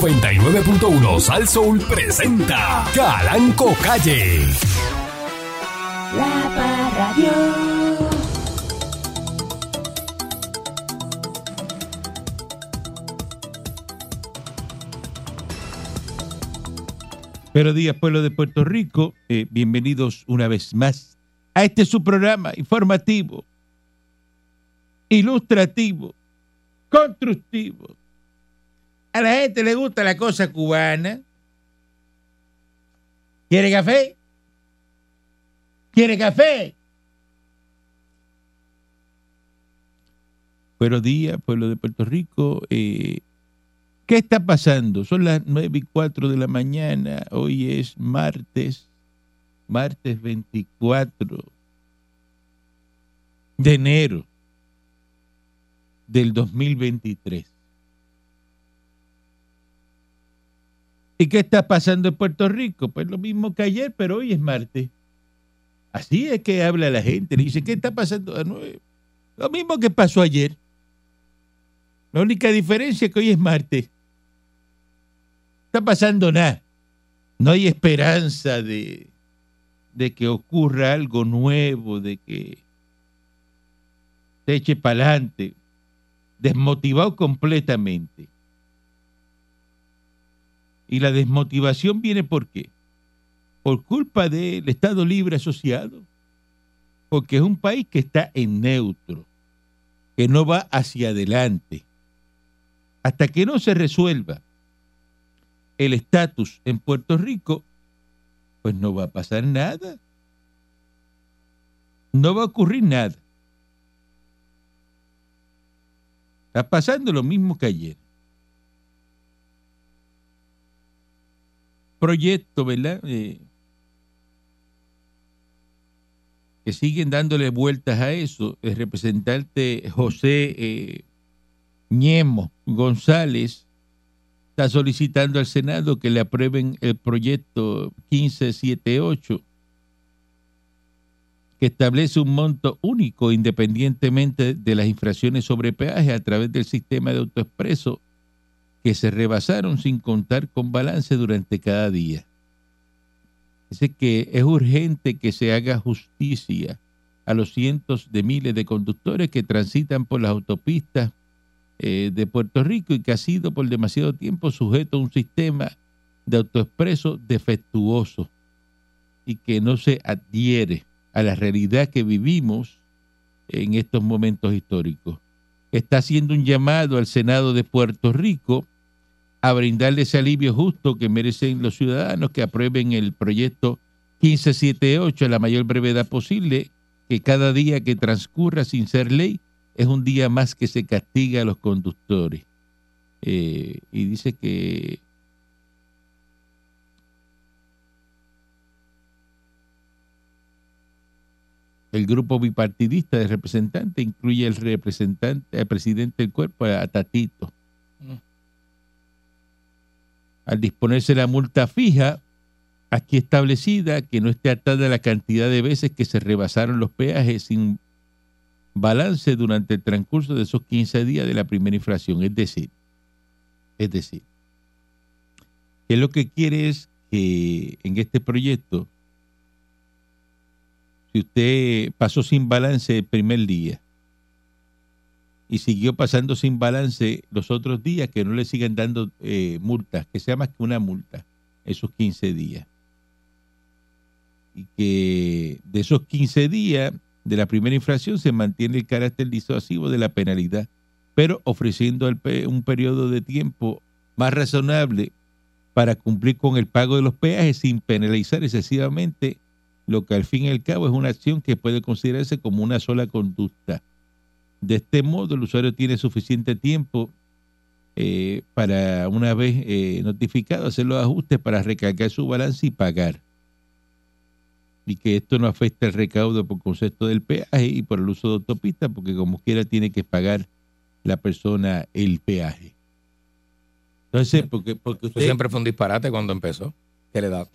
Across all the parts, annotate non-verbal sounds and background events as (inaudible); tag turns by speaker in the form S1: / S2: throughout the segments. S1: 99.1 Sal Soul presenta Calanco Calle.
S2: La Parradio.
S3: Buenos días, pueblo de Puerto Rico. Eh, bienvenidos una vez más a este su programa informativo, ilustrativo, constructivo. A la gente le gusta la cosa cubana. ¿Quiere café? ¿Quiere café? Buenos días, pueblo de Puerto Rico. Eh, ¿Qué está pasando? Son las 9 y 4 de la mañana. Hoy es martes, martes 24 de enero del 2023. ¿Y qué está pasando en Puerto Rico? Pues lo mismo que ayer, pero hoy es martes. Así es que habla la gente. Le dice, ¿qué está pasando? Ah, no, eh, Lo mismo que pasó ayer. La única diferencia es que hoy es martes. No está pasando nada. No hay esperanza de, de que ocurra algo nuevo, de que se eche para adelante. Desmotivado completamente. Y la desmotivación viene por qué? Por culpa del Estado Libre Asociado. Porque es un país que está en neutro, que no va hacia adelante. Hasta que no se resuelva el estatus en Puerto Rico, pues no va a pasar nada. No va a ocurrir nada. Está pasando lo mismo que ayer. proyecto, ¿verdad? Eh, que siguen dándole vueltas a eso. El representante José eh, Ñemo González está solicitando al Senado que le aprueben el proyecto 1578 que establece un monto único independientemente de las infracciones sobre peaje a través del sistema de autoexpreso que se rebasaron sin contar con balance durante cada día. Dice que es urgente que se haga justicia a los cientos de miles de conductores que transitan por las autopistas eh, de Puerto Rico y que ha sido por demasiado tiempo sujeto a un sistema de autoexpreso defectuoso y que no se adhiere a la realidad que vivimos en estos momentos históricos está haciendo un llamado al Senado de Puerto Rico a brindarle ese alivio justo que merecen los ciudadanos que aprueben el proyecto 1578 a la mayor brevedad posible, que cada día que transcurra sin ser ley es un día más que se castiga a los conductores. Eh, y dice que el grupo bipartidista de representantes incluye el representante, el presidente del cuerpo, a Tatito. Al disponerse la multa fija, aquí establecida, que no esté atada a la cantidad de veces que se rebasaron los peajes sin balance durante el transcurso de esos 15 días de la primera infracción. Es decir, es decir, que lo que quiere es que en este proyecto si usted pasó sin balance el primer día y siguió pasando sin balance los otros días, que no le sigan dando eh, multas, que sea más que una multa, esos 15 días. Y que de esos 15 días de la primera infracción se mantiene el carácter disuasivo de la penalidad, pero ofreciendo al pe- un periodo de tiempo más razonable para cumplir con el pago de los peajes sin penalizar excesivamente lo que al fin y al cabo es una acción que puede considerarse como una sola conducta. De este modo, el usuario tiene suficiente tiempo eh, para, una vez eh, notificado, hacer los ajustes para recargar su balance y pagar. Y que esto no afecta el recaudo por concepto del peaje y por el uso de autopista, porque como quiera tiene que pagar la persona el peaje. Entonces, porque, porque
S4: Eso
S3: usted...
S4: siempre fue un disparate cuando empezó. Que le, da-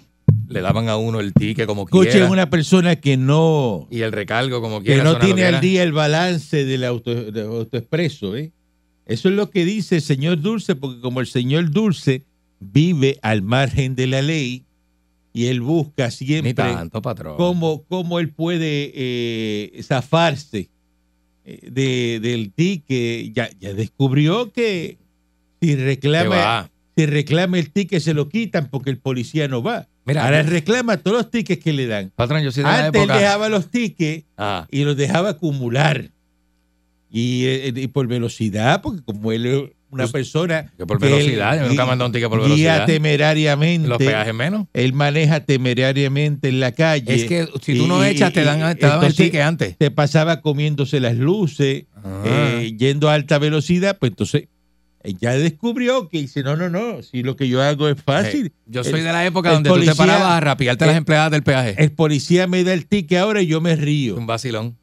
S4: le daban a uno el ticket como
S3: Escuchen
S4: quiera.
S3: una persona que no...
S4: Y el recargo como
S3: que
S4: quiera.
S3: no
S4: suena lo
S3: tiene al
S4: quiera.
S3: día el balance del auto, del autoexpreso, ¿eh? Eso es lo que dice el señor Dulce, porque como el señor Dulce vive al margen de la ley y él busca
S4: Ni
S3: siempre
S4: tanto, patrón.
S3: cómo, cómo él puede eh, zafarse eh, de, del ticket, ya, ya descubrió que si
S4: Que
S3: reclama,
S4: va.
S3: si reclama el ticket se lo quitan porque el policía no va.
S4: Mira, pues.
S3: Ahora él reclama todos los tickets que le dan.
S4: patrón, yo soy de la
S3: Antes él
S4: época.
S3: dejaba los tickets
S4: Ah,
S3: y los dejaba acumular. Y, eh, y por velocidad, porque como él es una
S4: Pues,
S3: persona.
S4: que por velocidad.
S3: él
S4: yo nunca he mandado un ticket por
S3: guía
S4: velocidad.
S3: temerariamente.
S4: Los peajes menos.
S3: Él maneja temerariamente en la calle.
S4: Es que si tú no
S3: y-
S4: echas, te dan,
S3: y-
S4: te daban el
S3: entonces- eh,
S4: ticket antes.
S3: se pasaba comiéndose las luces,
S4: Ah.
S3: eh, yendo a alta velocidad, pues entonces eh, ya descubrió que dice: no, no, no, si lo que yo hago es fácil.
S4: Eh, Yo
S3: el-
S4: soy de la época
S3: el
S4: donde
S3: policía-
S4: tú te parabas a rapiarte a las
S3: el-
S4: empleadas del peaje.
S3: El policía me da el ticket ahora y yo me río.
S4: Un vacilón.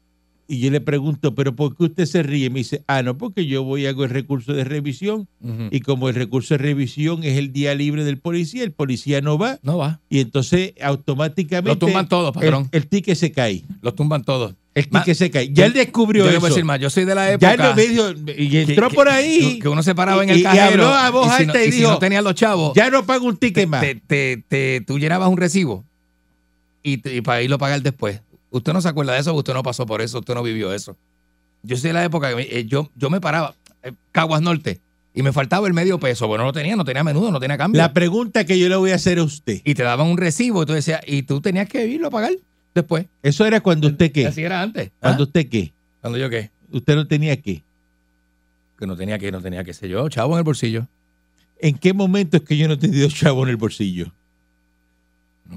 S3: Y yo le pregunto, ¿pero por qué usted se ríe? Me dice, ah, no, porque yo voy y hago el recurso de revisión.
S4: Ujú.
S3: Y como el recurso de revisión es el día libre del policía, el policía no va.
S4: No va.
S3: Y entonces automáticamente.
S4: Lo tumban todo,
S3: el,
S4: patrón.
S3: el ticket se cae.
S4: Los tumban todos.
S3: El
S4: Ma-
S3: ticket eh, se cae. Ya él descubrió
S4: Yo le
S3: eso.
S4: voy a decir más. Yo soy de la
S3: ya
S4: época.
S3: él lo medio- Y
S4: que-
S3: entró
S4: que-
S3: por ahí.
S4: Que, uno se paraba en
S3: y-
S4: el
S3: y
S4: cajero.
S3: habló a voz
S4: si no-
S3: alta y
S4: si
S3: dijo,
S4: no tenían los chavos,
S3: ya no pago un ticket más.
S4: te, te- te- tú llenabas un recibo y, te- y para irlo a pagar después. Usted no se acuerda de eso, usted no pasó por eso, usted no vivió eso. Yo soy de la época que me- eh, yo, yo me paraba, eh, Caguas Norte, y me faltaba el medio peso, porque no lo tenía, no tenía menudo, no tenía cambio.
S3: La pregunta que yo le voy a hacer a usted.
S4: y te daban un recibo y tú decías, y tú tenías que irlo a pagar después.
S3: Eso era cuando usted qué.
S4: Así era antes. ¿Ah?
S3: Cuando usted qué.
S4: ¿Cuando yo qué?
S3: Usted no tenía qué.
S4: Que no tenía que, no tenía que sé yo, chavo en el bolsillo.
S3: ¿En qué momento es que yo no he tenido chavo en el bolsillo?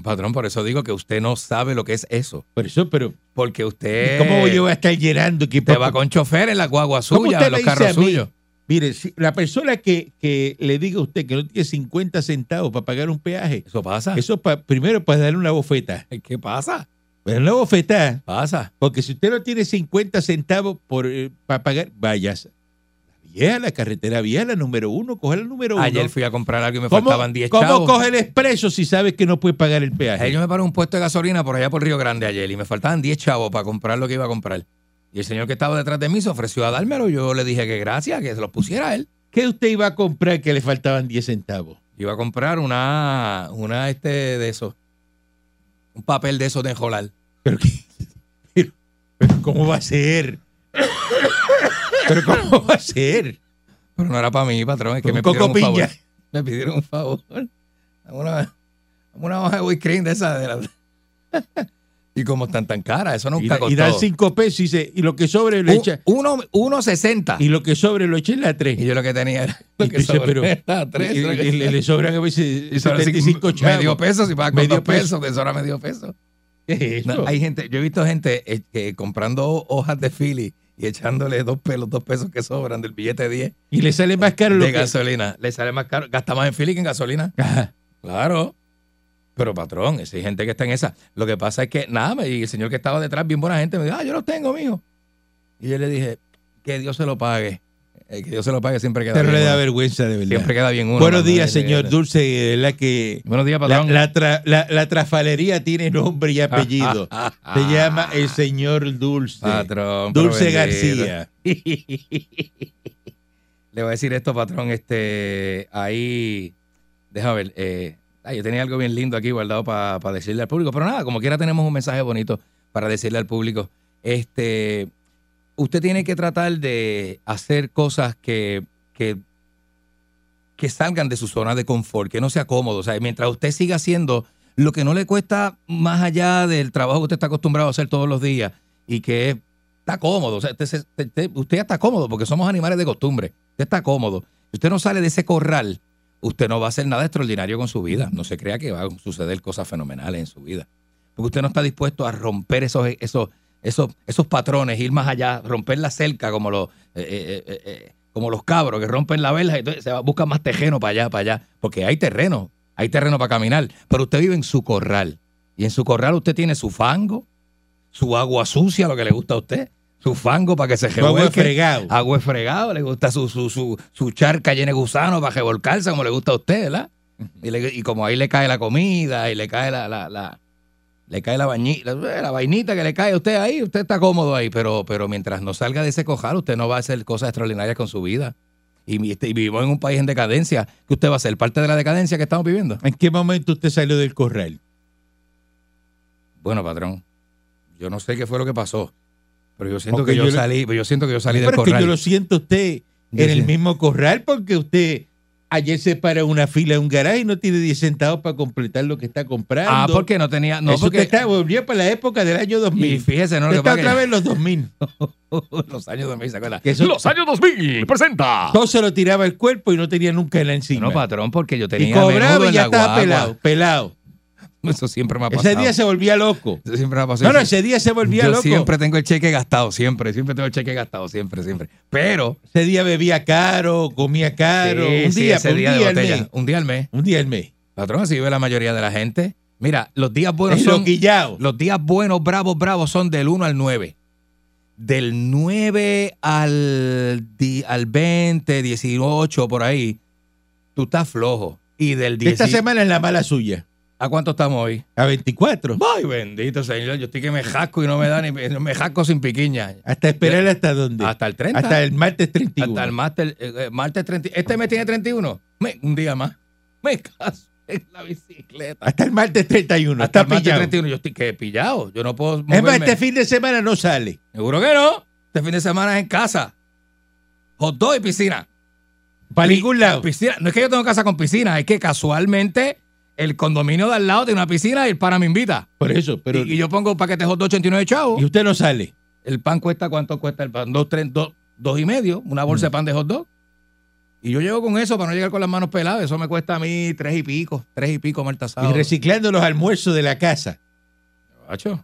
S4: Patrón, por eso digo que usted no sabe lo que es eso.
S3: Por eso, pero
S4: Porque usted.
S3: ¿Cómo yo voy a estar llenando equipo?
S4: Eh. Te va con chofer en la guagua
S3: ¿Cómo
S4: suya,
S3: usted
S4: en los
S3: me dice
S4: carros
S3: a mí?
S4: suyos.
S3: Mire, si la persona que, que le diga a usted que no tiene 50 centavos para pagar un peaje,
S4: Eso pasa.
S3: eso es pa- primero para darle una bofeta.
S4: ¿Qué pasa?
S3: Pero una bofeta,
S4: Pasa.
S3: porque si usted no tiene 50 centavos por, eh, para pagar, vayas. La vieja, la carretera vieja, la número uno, coge la número uno.
S4: Ayer fui a comprar algo y me
S3: ¿Cómo,
S4: faltaban 10
S3: cómo
S4: chavos.
S3: coge el expreso si sabe que no puede pagar el
S4: Ayer
S3: peaje?
S4: yo me paré en un puesto de gasolina por allá por Río Grande ayer y me faltaban 10 chavos para comprar lo que iba a comprar. Y el señor que estaba detrás de mí se ofreció a dármelo. Yo le dije que gracias, que se los pusiera a él.
S3: ¿Qué usted iba a comprar que le faltaban 10 centavos?
S4: Iba a comprar una, una este de esos. Un papel de esos de enjolar.
S3: Pero, qué- pero- pero ¿cómo va a
S4: (coughs)
S3: ser? ¿Pero cómo va a ser?
S4: Pero no era para mí, patrón. Es que
S3: Un
S4: me
S3: coco
S4: pidieron un favor.
S3: piña.
S4: (laughs) Me pidieron un favor. Dame Una, dame una hoja de whipped cream de esa. De la- (laughs) y como están tan caras, eso
S3: Y,
S4: nunca
S3: y
S4: costó.
S3: dan cinco pesos y, dice, y lo que sobre lo
S4: Un-
S3: echa.
S4: uno, uno sesenta.
S3: Y lo que sobre lo echa en la tres.
S4: Y yo lo que tenía era
S3: Y
S4: lo
S3: tú
S4: que
S3: dices, (laughs) pero-
S4: sobraba, (laughs) tres.
S3: Y- y-
S4: lo que-
S3: y le, le sobran a veces
S4: y sobre
S3: 75
S4: cinco- medio
S3: chavos.
S4: peso, si pagas con
S3: Medio
S4: dos
S3: peso.
S4: pesos, te sobra medio peso.
S3: ¿Qué es
S4: No,
S3: eso?
S4: hay gente, yo he visto gente eh, que comprando hojas de Philly y echándole dos pelos, dos pesos que sobran del billete de 10
S3: y le sale más caro lo
S4: de
S3: que...
S4: gasolina. Le sale más caro, gasta más en Philly que en gasolina.
S3: Ajá.
S4: Claro. Pero patrón, esa hay gente que está en esa. Lo que pasa es que, nada, me- y el señor que estaba detrás, bien buena gente, me dijo, ah, yo los tengo, mijo. Y yo le dije, que Dios se lo pague. Eh, que Dios se lo pague, siempre queda
S3: Pero
S4: bien.
S3: le da
S4: uno.
S3: vergüenza, de verdad.
S4: siempre queda bien uno.
S3: Buenos
S4: mano.
S3: días,
S4: Siempre
S3: señor
S4: queda bien.
S3: Dulce. De verdad que
S4: Buenos días,
S3: la,
S4: patrón. Ah,
S3: la tra- la- la trafalería tiene nombre y apellido.
S4: (laughs)
S3: Se llama el señor Dulce.
S4: Patrón, pero
S3: Dulce
S4: bendito.
S3: García.
S4: Le voy a decir esto, patrón. Este, ahí, déjame ver. eh, ay, yo tenía algo bien lindo aquí guardado para decirle al público. Pero nada, como quiera tenemos un mensaje bonito para decirle al público. Este, usted tiene que tratar de hacer cosas que, que, que salgan de su zona de confort, que no sea cómodo. O sea, mientras usted siga haciendo lo que no le cuesta más allá del trabajo que usted está acostumbrado a hacer todos los días y que es está cómodo. O sea, usted, se- te- te- usted ya está cómodo porque somos animales de costumbre. Usted está cómodo. Si usted no sale de ese corral, usted no va a hacer nada extraordinario con su vida. No se crea que va a suceder cosas fenomenales en su vida. Porque usted no está dispuesto a romper esos, esos, esos, esos patrones, ir más allá, romper la cerca como los, eh, eh, eh, eh, como los cabros que rompen la verja y entonces se va, buscan más terreno para allá, para allá. Porque hay terreno, hay terreno para caminar. Pero usted vive en su corral. Y en su corral usted tiene su fango, su agua sucia, lo que le gusta a usted, su fango para que se
S3: Guagua
S4: revuelque
S3: fregado.
S4: agua fregado, le gusta su, su, su, su charca llena de gusanos para revolcarse como le gusta a usted, ¿verdad? Y, le- y como ahí le cae la comida y le cae la, la, la- le cae la, bañi- la, la vainita que le cae a usted ahí, usted está cómodo ahí, pero, pero mientras no salga de ese cojal, usted no va a hacer cosas extraordinarias con su vida. y, y este- y vivimos en un país en decadencia. ¿Qué usted va a ser? ¿Parte de la decadencia que estamos viviendo?
S3: ¿En qué momento usted salió del corral?
S4: Bueno, patrón, yo no sé qué fue lo que pasó, pero yo siento
S3: Porque
S4: que yo,
S3: yo le-
S4: salí, pero yo siento que yo salí del
S3: Pero es que
S4: corral.
S3: yo lo siento a usted
S4: Yo
S3: en el
S4: sé.
S3: mismo corral porque usted ayer se para en una fila en un garaje y no tiene 10 centavos para completar lo que está comprando.
S4: ah, porque no tenía, no
S3: Eso
S4: porque
S3: usted está, volvió para la época del año
S4: y
S3: 2000.
S4: fíjese, no
S3: Usted
S4: lo que Ah.
S3: está
S4: pasa es
S3: otra vez en los 2000.
S4: que (laughs) los años 2000, ¿se acuerda?
S3: Que eso-
S1: Los años 2000 presenta.
S3: Todo se lo tiraba el cuerpo y no tenía nunca la encima.
S4: No, patrón, porque yo tenía
S3: y cobraba
S4: menudo en
S3: y ya
S4: la
S3: estaba
S4: guagua.
S3: pelado, pelado.
S4: (laughs) Eso siempre me ha pasado.
S3: Ese día se volvía loco.
S4: Eso siempre me ha pasado.
S3: No, no, ese día se volvía
S4: yo
S3: loco.
S4: siempre tengo el cheque gastado, siempre, siempre tengo el cheque gastado, siempre, siempre. Pero
S3: Ese día bebía caro, comía caro.
S4: sí,
S3: un
S4: sí,
S3: día,
S4: ese
S3: un
S4: día,
S3: día,
S4: de
S3: al
S4: botella,
S3: mes.
S4: un día al mes.
S3: Un día al mes.
S4: Patrón, así vive la mayoría de la gente. Mira, los días buenos son
S3: Enloquillado.
S4: los días buenos, bravos, bravos son del 1 al 9. Del 9 al di- al 20, 18 por ahí, tú estás flojo. Y del 10
S3: Esta semana es la mala suya.
S4: ¿A cuánto estamos hoy?
S3: A 24.
S4: Ay, bendito señor, yo estoy que me jasco y no me da ni eh, me jasco sin piquiña.
S3: Hasta esperar hasta dónde. Hasta,
S4: Hasta el 30.
S3: el martes 31.
S4: Hasta el máster, eh, eh, martes 30. Este mes tiene 31. Me- un día más. Me caso en la bicicleta.
S3: Hasta el martes 31.
S4: Hasta
S3: Hasta
S4: el martes
S3: pillado.
S4: 31. Yo estoy que pillado. Yo no puedo.
S3: Es más,
S4: moverme.
S3: este fin de semana no sale.
S4: Seguro que no. Este fin de semana es en casa. Hot dog y piscina.
S3: Para
S4: Pi-
S3: ningún lado.
S4: Piscina. No es que yo tengo casa con piscina, es que casualmente el condominio de al lado tiene una piscina y el pana me invita.
S3: Por eso, pero.
S4: y, y yo pongo un paquete hot dog 89 chavos.
S3: Y usted no sale.
S4: El pan cuesta, ¿cuánto cuesta el pan? Dos, tres, dos, dos y medio, una bolsa
S3: Mm.
S4: de pan de hot dog. Y yo llego con eso para no llegar con las manos peladas. Eso me cuesta a mí tres y pico, tres y pico Marta
S3: Y
S4: Sábado.
S3: reciclando los almuerzos de la casa.
S4: Chacho,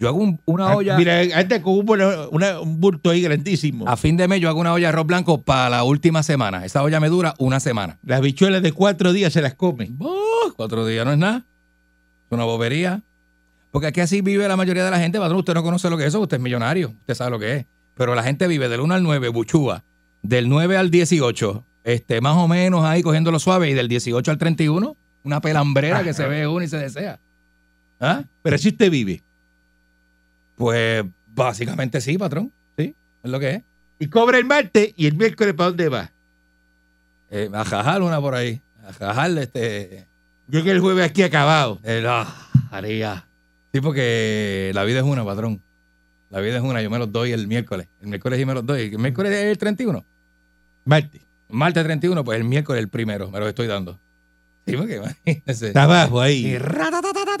S4: Yo hago un- una olla,
S3: Ah,
S4: Ah.
S3: Mira, anda con un, bol- una- un bulto ahí grandísimo.
S4: a fin de mes yo hago una olla de arroz blanco para la última semana. Esa olla me dura una semana.
S3: Las bichuelas de cuatro días se las comen.
S4: ¡Buh! Cuatro días no es nada. Es una bobería. Porque aquí así vive la mayoría de la gente. Patrón, usted no conoce lo que es eso, usted es millonario, usted sabe lo que es. Pero la gente vive del 1 al 9, buchúa, del 9 al 18, este, más o menos ahí cogiéndolo suave, y del 18 al 31, una pelambrera que se ve uno y se desea. ¿Ah?
S3: Pero así usted vive.
S4: Pues básicamente sí, patrón. Sí, es lo que es.
S3: Y cobra el martes y el miércoles para dónde va.
S4: Eh, a jajar una por ahí. A jajar este.
S3: Llega el jueves aquí acabado.
S4: El, ah, haría. Sí, porque la vida es una, patrón. La vida es una. Yo me los doy el miércoles. El miércoles y me los doy. El miércoles es el 31.
S3: Martes.
S4: Martes 31, pues el miércoles el primero. Me los estoy dando. Sí, porque imagínese.
S3: Está abajo
S4: Y
S3: ahí.
S4: ratatatatata.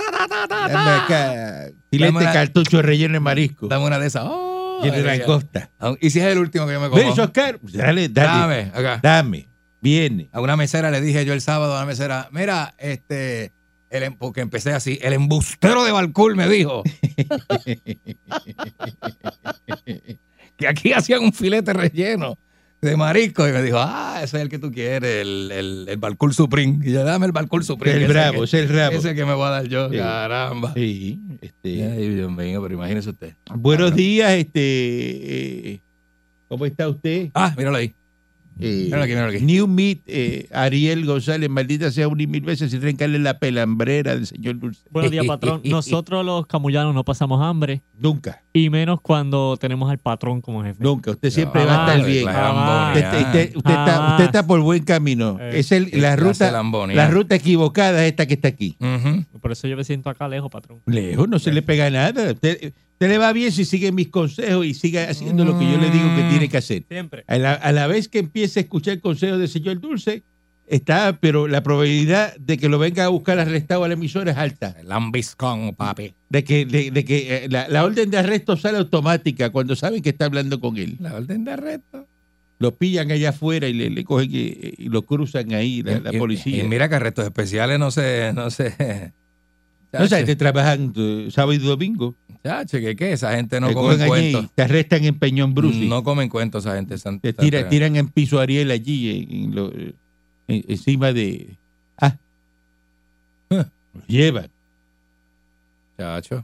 S3: Dame acá. Filete
S4: Dame la-
S3: cartucho relleno de marisco.
S4: Dame una de esas. Oh,
S3: Lleno de
S4: haría.
S3: langosta.
S4: Aun- Y si es el último que yo me como.
S3: ¿Ves, Oscar? Pues Dale, dale.
S4: Dame, acá.
S3: Dame. Viene.
S4: A una mesera le dije yo el sábado a una mesera, mira, este, el, em- porque empecé así, el embustero de Balcour me dijo (laughs) que aquí hacían un filete relleno de marisco y me dijo, ah, ese es el que tú quieres, el, el, el Balcour Supreme. Y yo, dame el Balcour Supreme.
S3: El
S4: que ese
S3: bravo,
S4: que-
S3: es el bravo.
S4: Ese que me voy a dar yo,
S3: Sí.
S4: caramba.
S3: Sí, este.
S4: Ay, Dios mío, pero imagínese usted.
S3: Buenos días, este. eh, ¿Cómo está usted?
S4: Ah, míralo ahí.
S3: Eh,
S4: Míralo aquí, míralo aquí.
S3: New Meet, eh, Ariel González, maldita sea un y mil veces y trencarle la pelambrera del señor Dulce.
S5: Buenos días, patrón. Nosotros los camullanos no pasamos hambre
S3: Nunca,
S5: y menos cuando tenemos al patrón como jefe.
S3: nunca. Usted siempre
S5: No,
S3: va a estar bien.
S4: La
S5: Ah,
S3: Usted, está- usted- usted está,
S5: Ah.
S3: usted está por buen camino.
S5: Eh.
S3: Es el- la, ruta, la ruta equivocada es esta que está aquí.
S5: Por eso yo me siento acá lejos, patrón.
S3: Lejos, no se le pega nada. Usted, usted le va bien si sigue mis consejos y sigue haciendo lo que yo le digo que
S4: Mm.
S3: tiene que hacer.
S5: Siempre.
S3: A la, a la vez que empiece a escuchar consejos del señor Dulce, está, pero la probabilidad de que lo venga a buscar arrestado a la emisora es alta.
S4: Lambiscón, papi.
S3: De que, de, de que eh, la, la orden de arresto sale automática cuando saben que está hablando con él.
S4: La orden de arresto.
S3: Lo pillan allá afuera y le, le cogen eh, y, lo cruzan ahí, la, la
S4: Y- y-
S3: policía.
S4: Y, mira que arrestos especiales no sé, no sé.
S3: no sabes,
S4: Chacho,
S3: te trabajan eh, sábado y domingo.
S4: chacho, que qué, esa gente no
S3: te
S4: come
S3: cogen allí
S4: cuentos.
S3: y te arrestan en Peñón Bruce.
S4: No comen cuentos esa gente. san-
S3: te
S4: san-
S3: tira- tiran en piso Ariel allí, en- en lo- eh, en- encima de. Ah. Ah,
S4: (laughs)
S3: lo llevan.
S4: Chacho.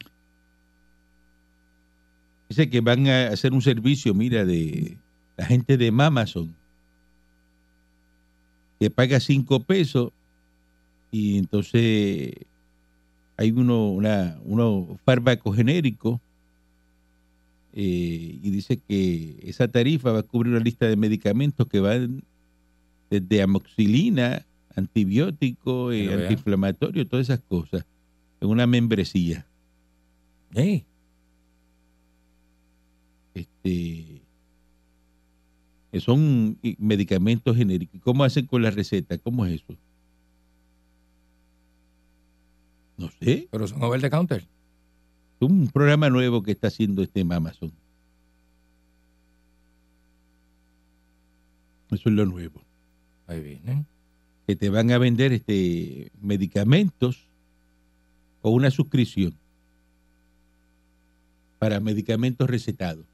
S3: Dice que van a hacer un servicio, mira, de la gente de Amazon, que paga cinco pesos y entonces hay uno, una, uno fármaco genérico eh, y dice que esa tarifa va a cubrir una lista de medicamentos que van desde amoxilina, antibiótico, eh,
S4: Pero vea.
S3: antiinflamatorio, todas esas cosas, en una membresía.
S4: Ey,
S3: Este, que son eh, medicamentos genéricos. ¿Cómo hacen con la receta? ¿Cómo es eso? No sé.
S4: pero son over the counter.
S3: Es un programa nuevo que está haciendo este Amazon. Eso es lo nuevo.
S4: Ahí vienen.
S3: que te van a vender este medicamentos o una suscripción para medicamentos recetados.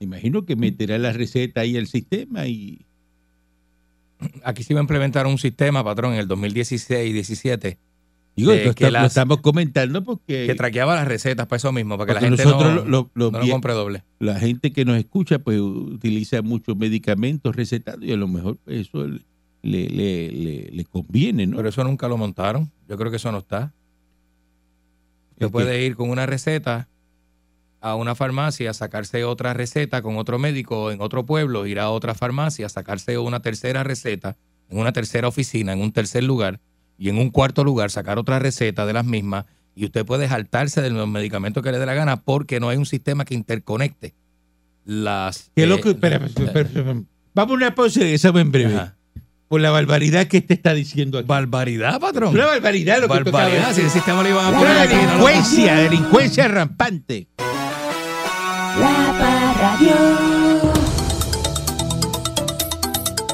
S3: Imagino que meterá la receta ahí al sistema y
S4: Aquí se iba a implementar un sistema, patrón, en el 2016, 17,
S3: digo,
S4: Sí,
S3: esto
S4: que
S3: está-
S4: las-
S3: lo estamos comentando porque,
S4: que traqueaba las recetas para eso mismo, para que
S3: porque
S4: la gente
S3: nosotros
S4: no,
S3: lo- lo- los
S4: no lo
S3: vie-
S4: compre doble.
S3: la gente que nos escucha pues utiliza muchos medicamentos recetados y a lo mejor eso le, le- le- le conviene, ¿no?
S4: Pero eso nunca lo montaron. Yo creo que eso no está.
S3: El
S4: Usted
S3: que-
S4: puede ir con una receta a una farmacia, a sacarse otra receta con otro médico en otro pueblo, ir a otra farmacia, a sacarse una tercera receta en una tercera oficina, en un tercer lugar y en un cuarto lugar sacar otra receta de las mismas y usted puede saltarse de los medicamentos que le dé la gana porque no hay un sistema que interconecte las...
S3: que lo
S4: eh,
S3: que- espera, espera, espera, espera. vamos a una pausa y regresamos en breve.
S4: Ajá.
S3: por la barbaridad que este está diciendo aquí.
S4: Barbaridad, patrón.
S3: Una barbaridad lo que tú acabas de
S4: Barbaridad, si
S3: decir.
S4: el sistema le iban a poner
S3: Una
S4: aquí, no lo-
S3: delincuencia, delincuencia rampante.
S2: La Parradio.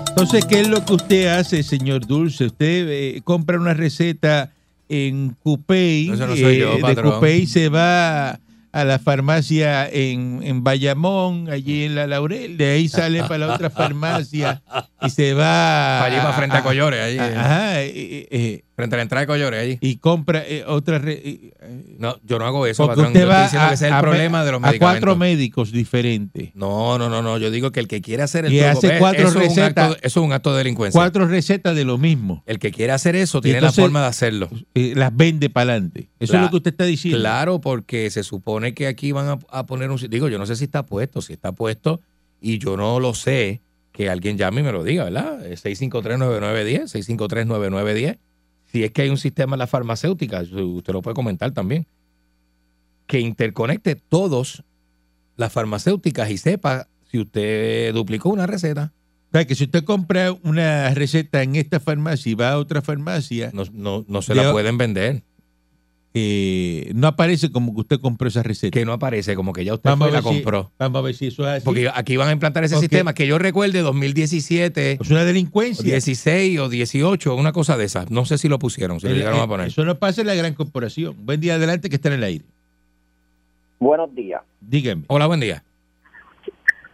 S3: Entonces, ¿qué es lo que usted hace, señor Dulce? Usted eh, compra una receta en Coupey, eh,
S4: Eso no soy yo,
S3: de
S4: patrón.
S3: Coupey se va a la farmacia en, en Bayamón, allí en la Laurel, de ahí sale para la otra farmacia y se va...
S4: Allí para
S3: ah,
S4: frente a Collores, allí, eh,
S3: Ajá, eh, eh, eh,
S4: frente a la entrada de Collores, allí.
S3: y compra eh, otra... re- eh, eh,
S4: No, yo no hago eso,
S3: Porque
S4: patrón.
S3: usted
S4: yo
S3: va
S4: estoy diciendo que ese es el
S3: a-
S4: problema de los
S3: a cuatro
S4: medicamentos.
S3: médicos diferentes.
S4: no, no, no, no. Yo digo que el que quiere hacer el
S3: Y
S4: truco,
S3: hace
S4: ve,
S3: cuatro
S4: eso es un
S3: recetas.
S4: acto de- eso es un acto de delincuencia.
S3: Cuatro recetas de lo mismo.
S4: El que quiere hacer eso tiene
S3: entonces-
S4: la forma de hacerlo.
S3: eh, las vende para adelante. Eso
S4: Cla-
S3: es lo que usted está diciendo.
S4: Claro, porque se supone que aquí van a, a poner un. Digo, yo no sé si está puesto, si está puesto, y yo no lo sé. Que alguien llame y me lo diga, ¿verdad? Eh, 653-9910, 653-9910. Si es que hay un sistema en la farmacéutica, usted lo puede comentar también. que interconecte todos las farmacéuticas y sepa si usted duplicó una receta.
S3: O sea, que si usted compra una receta en esta farmacia y va a otra farmacia,
S4: No, no, no se
S3: Yo-
S4: la pueden vender.
S3: eh, no aparece como que usted compró esa receta.
S4: Que no aparece, como que ya usted fue y la compró.
S3: Si, vamos a ver si eso es así.
S4: Porque aquí van a implantar ese
S3: Ok.
S4: sistema que yo recuerde 2017,
S3: es una delincuencia.
S4: 16 o 18, una cosa de esas. No sé si lo pusieron, si lo
S3: Eh,
S4: llegaron
S3: eh,
S4: a poner.
S3: Eso no pasa en la gran corporación. Buen día adelante que está en el aire.
S6: Buenos días.
S3: Dígame.
S4: Hola, buen día.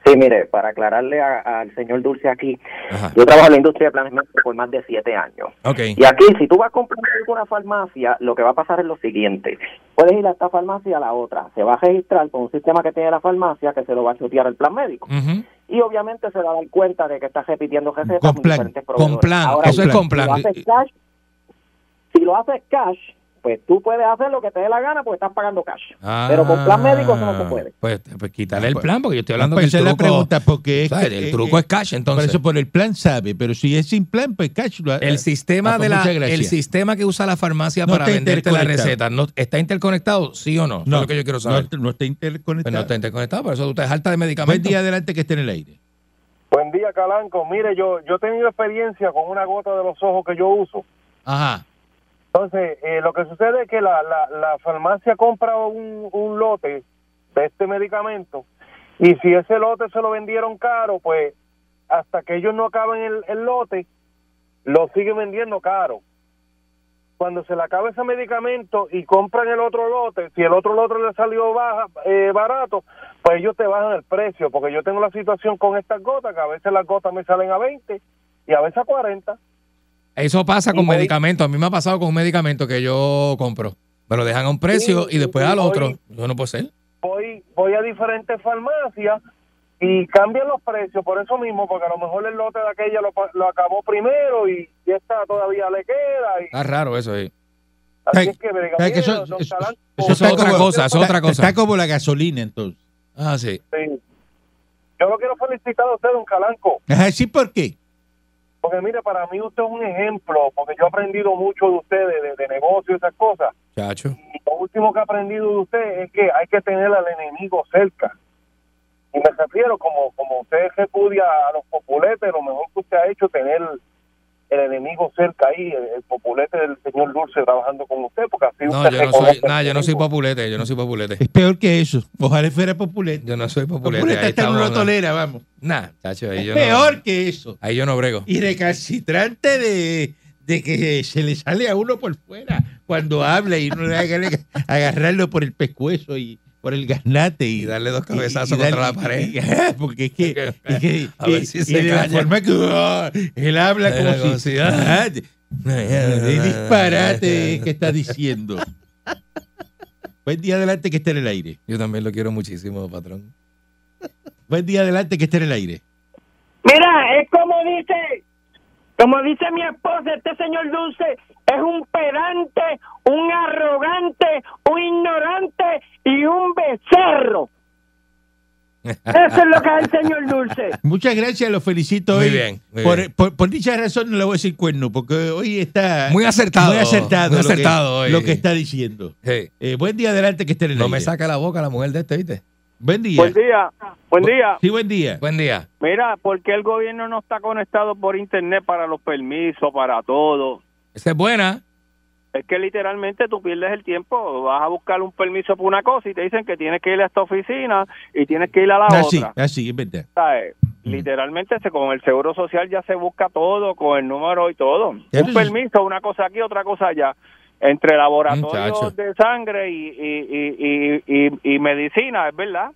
S6: Sí, mire, para aclararle a- al señor Dulce aquí,
S4: Ajá.
S6: yo trabajo en la industria de planeamiento por más de siete años.
S4: Ok.
S6: Y aquí, si tú vas a comprar en alguna farmacia, lo que va a pasar es lo siguiente. Puedes ir a esta farmacia y a la otra. Se va a registrar con un sistema que tiene la farmacia que se lo va a chutear el plan médico.
S4: Ujú.
S6: Y obviamente se va a dar cuenta de que estás repitiendo recetas
S3: Con
S6: con
S3: plan,
S6: diferentes
S4: Con
S6: proveedores.
S4: plan,
S6: Ahora,
S4: eso es con plan.
S6: Si lo haces cash, si lo haces cash, pues tú puedes hacer lo que te dé la gana porque estás pagando cash. Pero con
S4: Ah.
S6: plan médico eso no se puede.
S4: Pues, pues quitarle el
S3: Pues-
S4: plan, porque yo estoy hablando que
S3: Pues esa
S4: el
S3: es
S4: truco,
S3: la pregunta, porque es
S4: ¿sabes?
S3: que-
S4: el
S3: eh,
S4: truco
S3: eh,
S4: es cash,
S3: Por
S4: entonces.
S3: eso por el plan sabe, pero si es sin plan, pues cash. lo-
S4: El sistema
S3: Ah, pues
S4: de la,
S3: muchas gracias.
S4: el sistema que usa la farmacia
S3: No
S4: para
S3: está
S4: venderte la
S3: interconectado.
S4: receta, ¿no, ¿está interconectado? ¿Sí o no? Eso es lo que yo quiero saber.
S3: No, no está
S4: Pues No,
S3: interconectado.
S4: está interconectado, por eso usted es alta de
S3: Buen
S4: medicamentos.
S3: día adelante que esté en el aire.
S7: Buen día, Calanco. Mire, yo, yo he tenido experiencia con una gota de los ojos que yo uso.
S4: Ajá.
S7: Entonces, eh, lo que sucede es que la, la, la farmacia compra un, un lote de este medicamento y si ese lote se lo vendieron caro, pues hasta que ellos no acaben el, el lote, lo siguen vendiendo caro. Cuando se le acaba ese medicamento y compran el otro lote, si el otro lote le salió baja, eh, barato, pues ellos te bajan el precio, porque yo tengo la situación con estas gotas, que a veces las gotas me salen a 20 y a veces a 40.
S4: Eso pasa con
S7: Y hoy-
S4: medicamentos. A mí me ha pasado con un medicamento que yo compro. Me lo dejan a un precio
S7: Sí,
S4: y después
S7: y
S4: al
S7: hoy-
S4: otro. Yo no puedo ser.
S7: voy voy a diferentes farmacias y cambian los precios por eso mismo, porque a lo mejor el lote de aquella lo, pa- lo acabó primero y ya está, todavía le queda. Y,
S4: Está raro eso. ahí.
S7: así
S3: Ay,
S7: es que, me
S3: ay, que eso-
S7: don
S3: eso-
S7: Calanco,
S3: eso
S4: Eso es
S3: está
S4: otra
S3: como-
S4: cosa, eso es otra cosa.
S3: Está como la gasolina, entonces.
S4: Ah, sí.
S7: sí. Yo lo quiero felicitar a usted, don Calanco.
S3: Ajá, sí, ¿por qué?
S7: Porque mire, para mí usted es un ejemplo, porque yo he aprendido mucho de ustedes, de, de negocio y esas cosas.
S4: Chacho.
S7: Y lo último que he aprendido de usted es que hay que tener al enemigo cerca. Y me refiero, como, como usted repudia a los populetes, lo mejor que usted ha hecho es tener el enemigo cerca ahí, el, el populete del señor Dulce trabajando con usted, porque así
S4: No,
S7: usted
S4: yo no
S7: reconoce
S4: soy,
S7: al
S4: nada, yo no soy
S7: enemigo.
S4: populete, yo no soy populete.
S3: Es peor que eso. Ojalá fuera populeta.
S4: Yo no soy populete.
S3: Populeta
S4: Ahí
S3: hasta no
S4: estamos,
S3: lo
S4: no.
S3: tolera, vamos.
S4: Nah, chacho, ahí
S3: Es
S4: yo
S3: peor
S4: no.
S3: que eso.
S4: Ahí yo no brego.
S3: Y recalcitrante de, de que se le sale a uno por fuera cuando habla y uno le haga- agarrarlo por el pescuezo y por el gaznate y,
S4: Y darle dos cabezazos
S3: y- y
S4: contra la
S3: darle-
S4: pared.
S3: y-
S4: (laughs)
S3: (laughs) porque es que, es que- eh,
S4: A ver si
S3: y-
S4: se
S3: y de la
S4: calla.
S3: forma que oh, él habla
S4: Era
S3: como,
S4: como
S3: si,
S4: si,
S3: (laughs) ah, de- de disparate que está diciendo.
S4: (laughs)
S3: Buen día adelante que esté en el aire.
S4: Yo también lo quiero muchísimo, patrón.
S3: Buen día adelante que esté en el aire.
S8: Mira, es como dice, como dice mi esposa, este señor Dulce es un pedante, un arrogante, un ignorante y un becerro. Eso es lo que es el señor Dulce.
S3: Muchas gracias, los felicito
S4: Muy
S3: hoy.
S4: bien, muy
S3: por,
S4: bien.
S3: Por, por dicha razón no le voy a decir cuerno, porque hoy está
S4: Muy acertado.
S3: muy acertado
S4: Muy
S3: lo que-
S4: acertado hoy.
S3: lo, que, está diciendo.
S4: Hey,
S3: Eh, buen día adelante que esté en el
S4: no me
S3: aire.
S4: saca la boca la mujer de este, ¿viste?
S3: Buen día.
S8: Buen día, buen día.
S3: Sí, buen día.
S4: Buen día.
S8: Mira, ¿por qué el gobierno no está conectado por internet para los permisos, para todo?
S4: Esa es buena.
S8: Es que literalmente tú pierdes el tiempo, vas a buscar un permiso por una cosa y te dicen que tienes que ir a esta oficina y tienes que ir a la
S3: así,
S8: otra.
S3: así, es verdad.
S8: ¿sabes? Literalmente se- con el seguro social ya se busca todo, con el número y todo.
S3: Ya
S8: Un
S3: tú-
S8: permiso, una cosa aquí, otra cosa allá. Entre
S4: Mm,
S8: laboratorios
S4: Muchacho.
S8: de sangre y, y, y, y, y- y medicina, es verdad.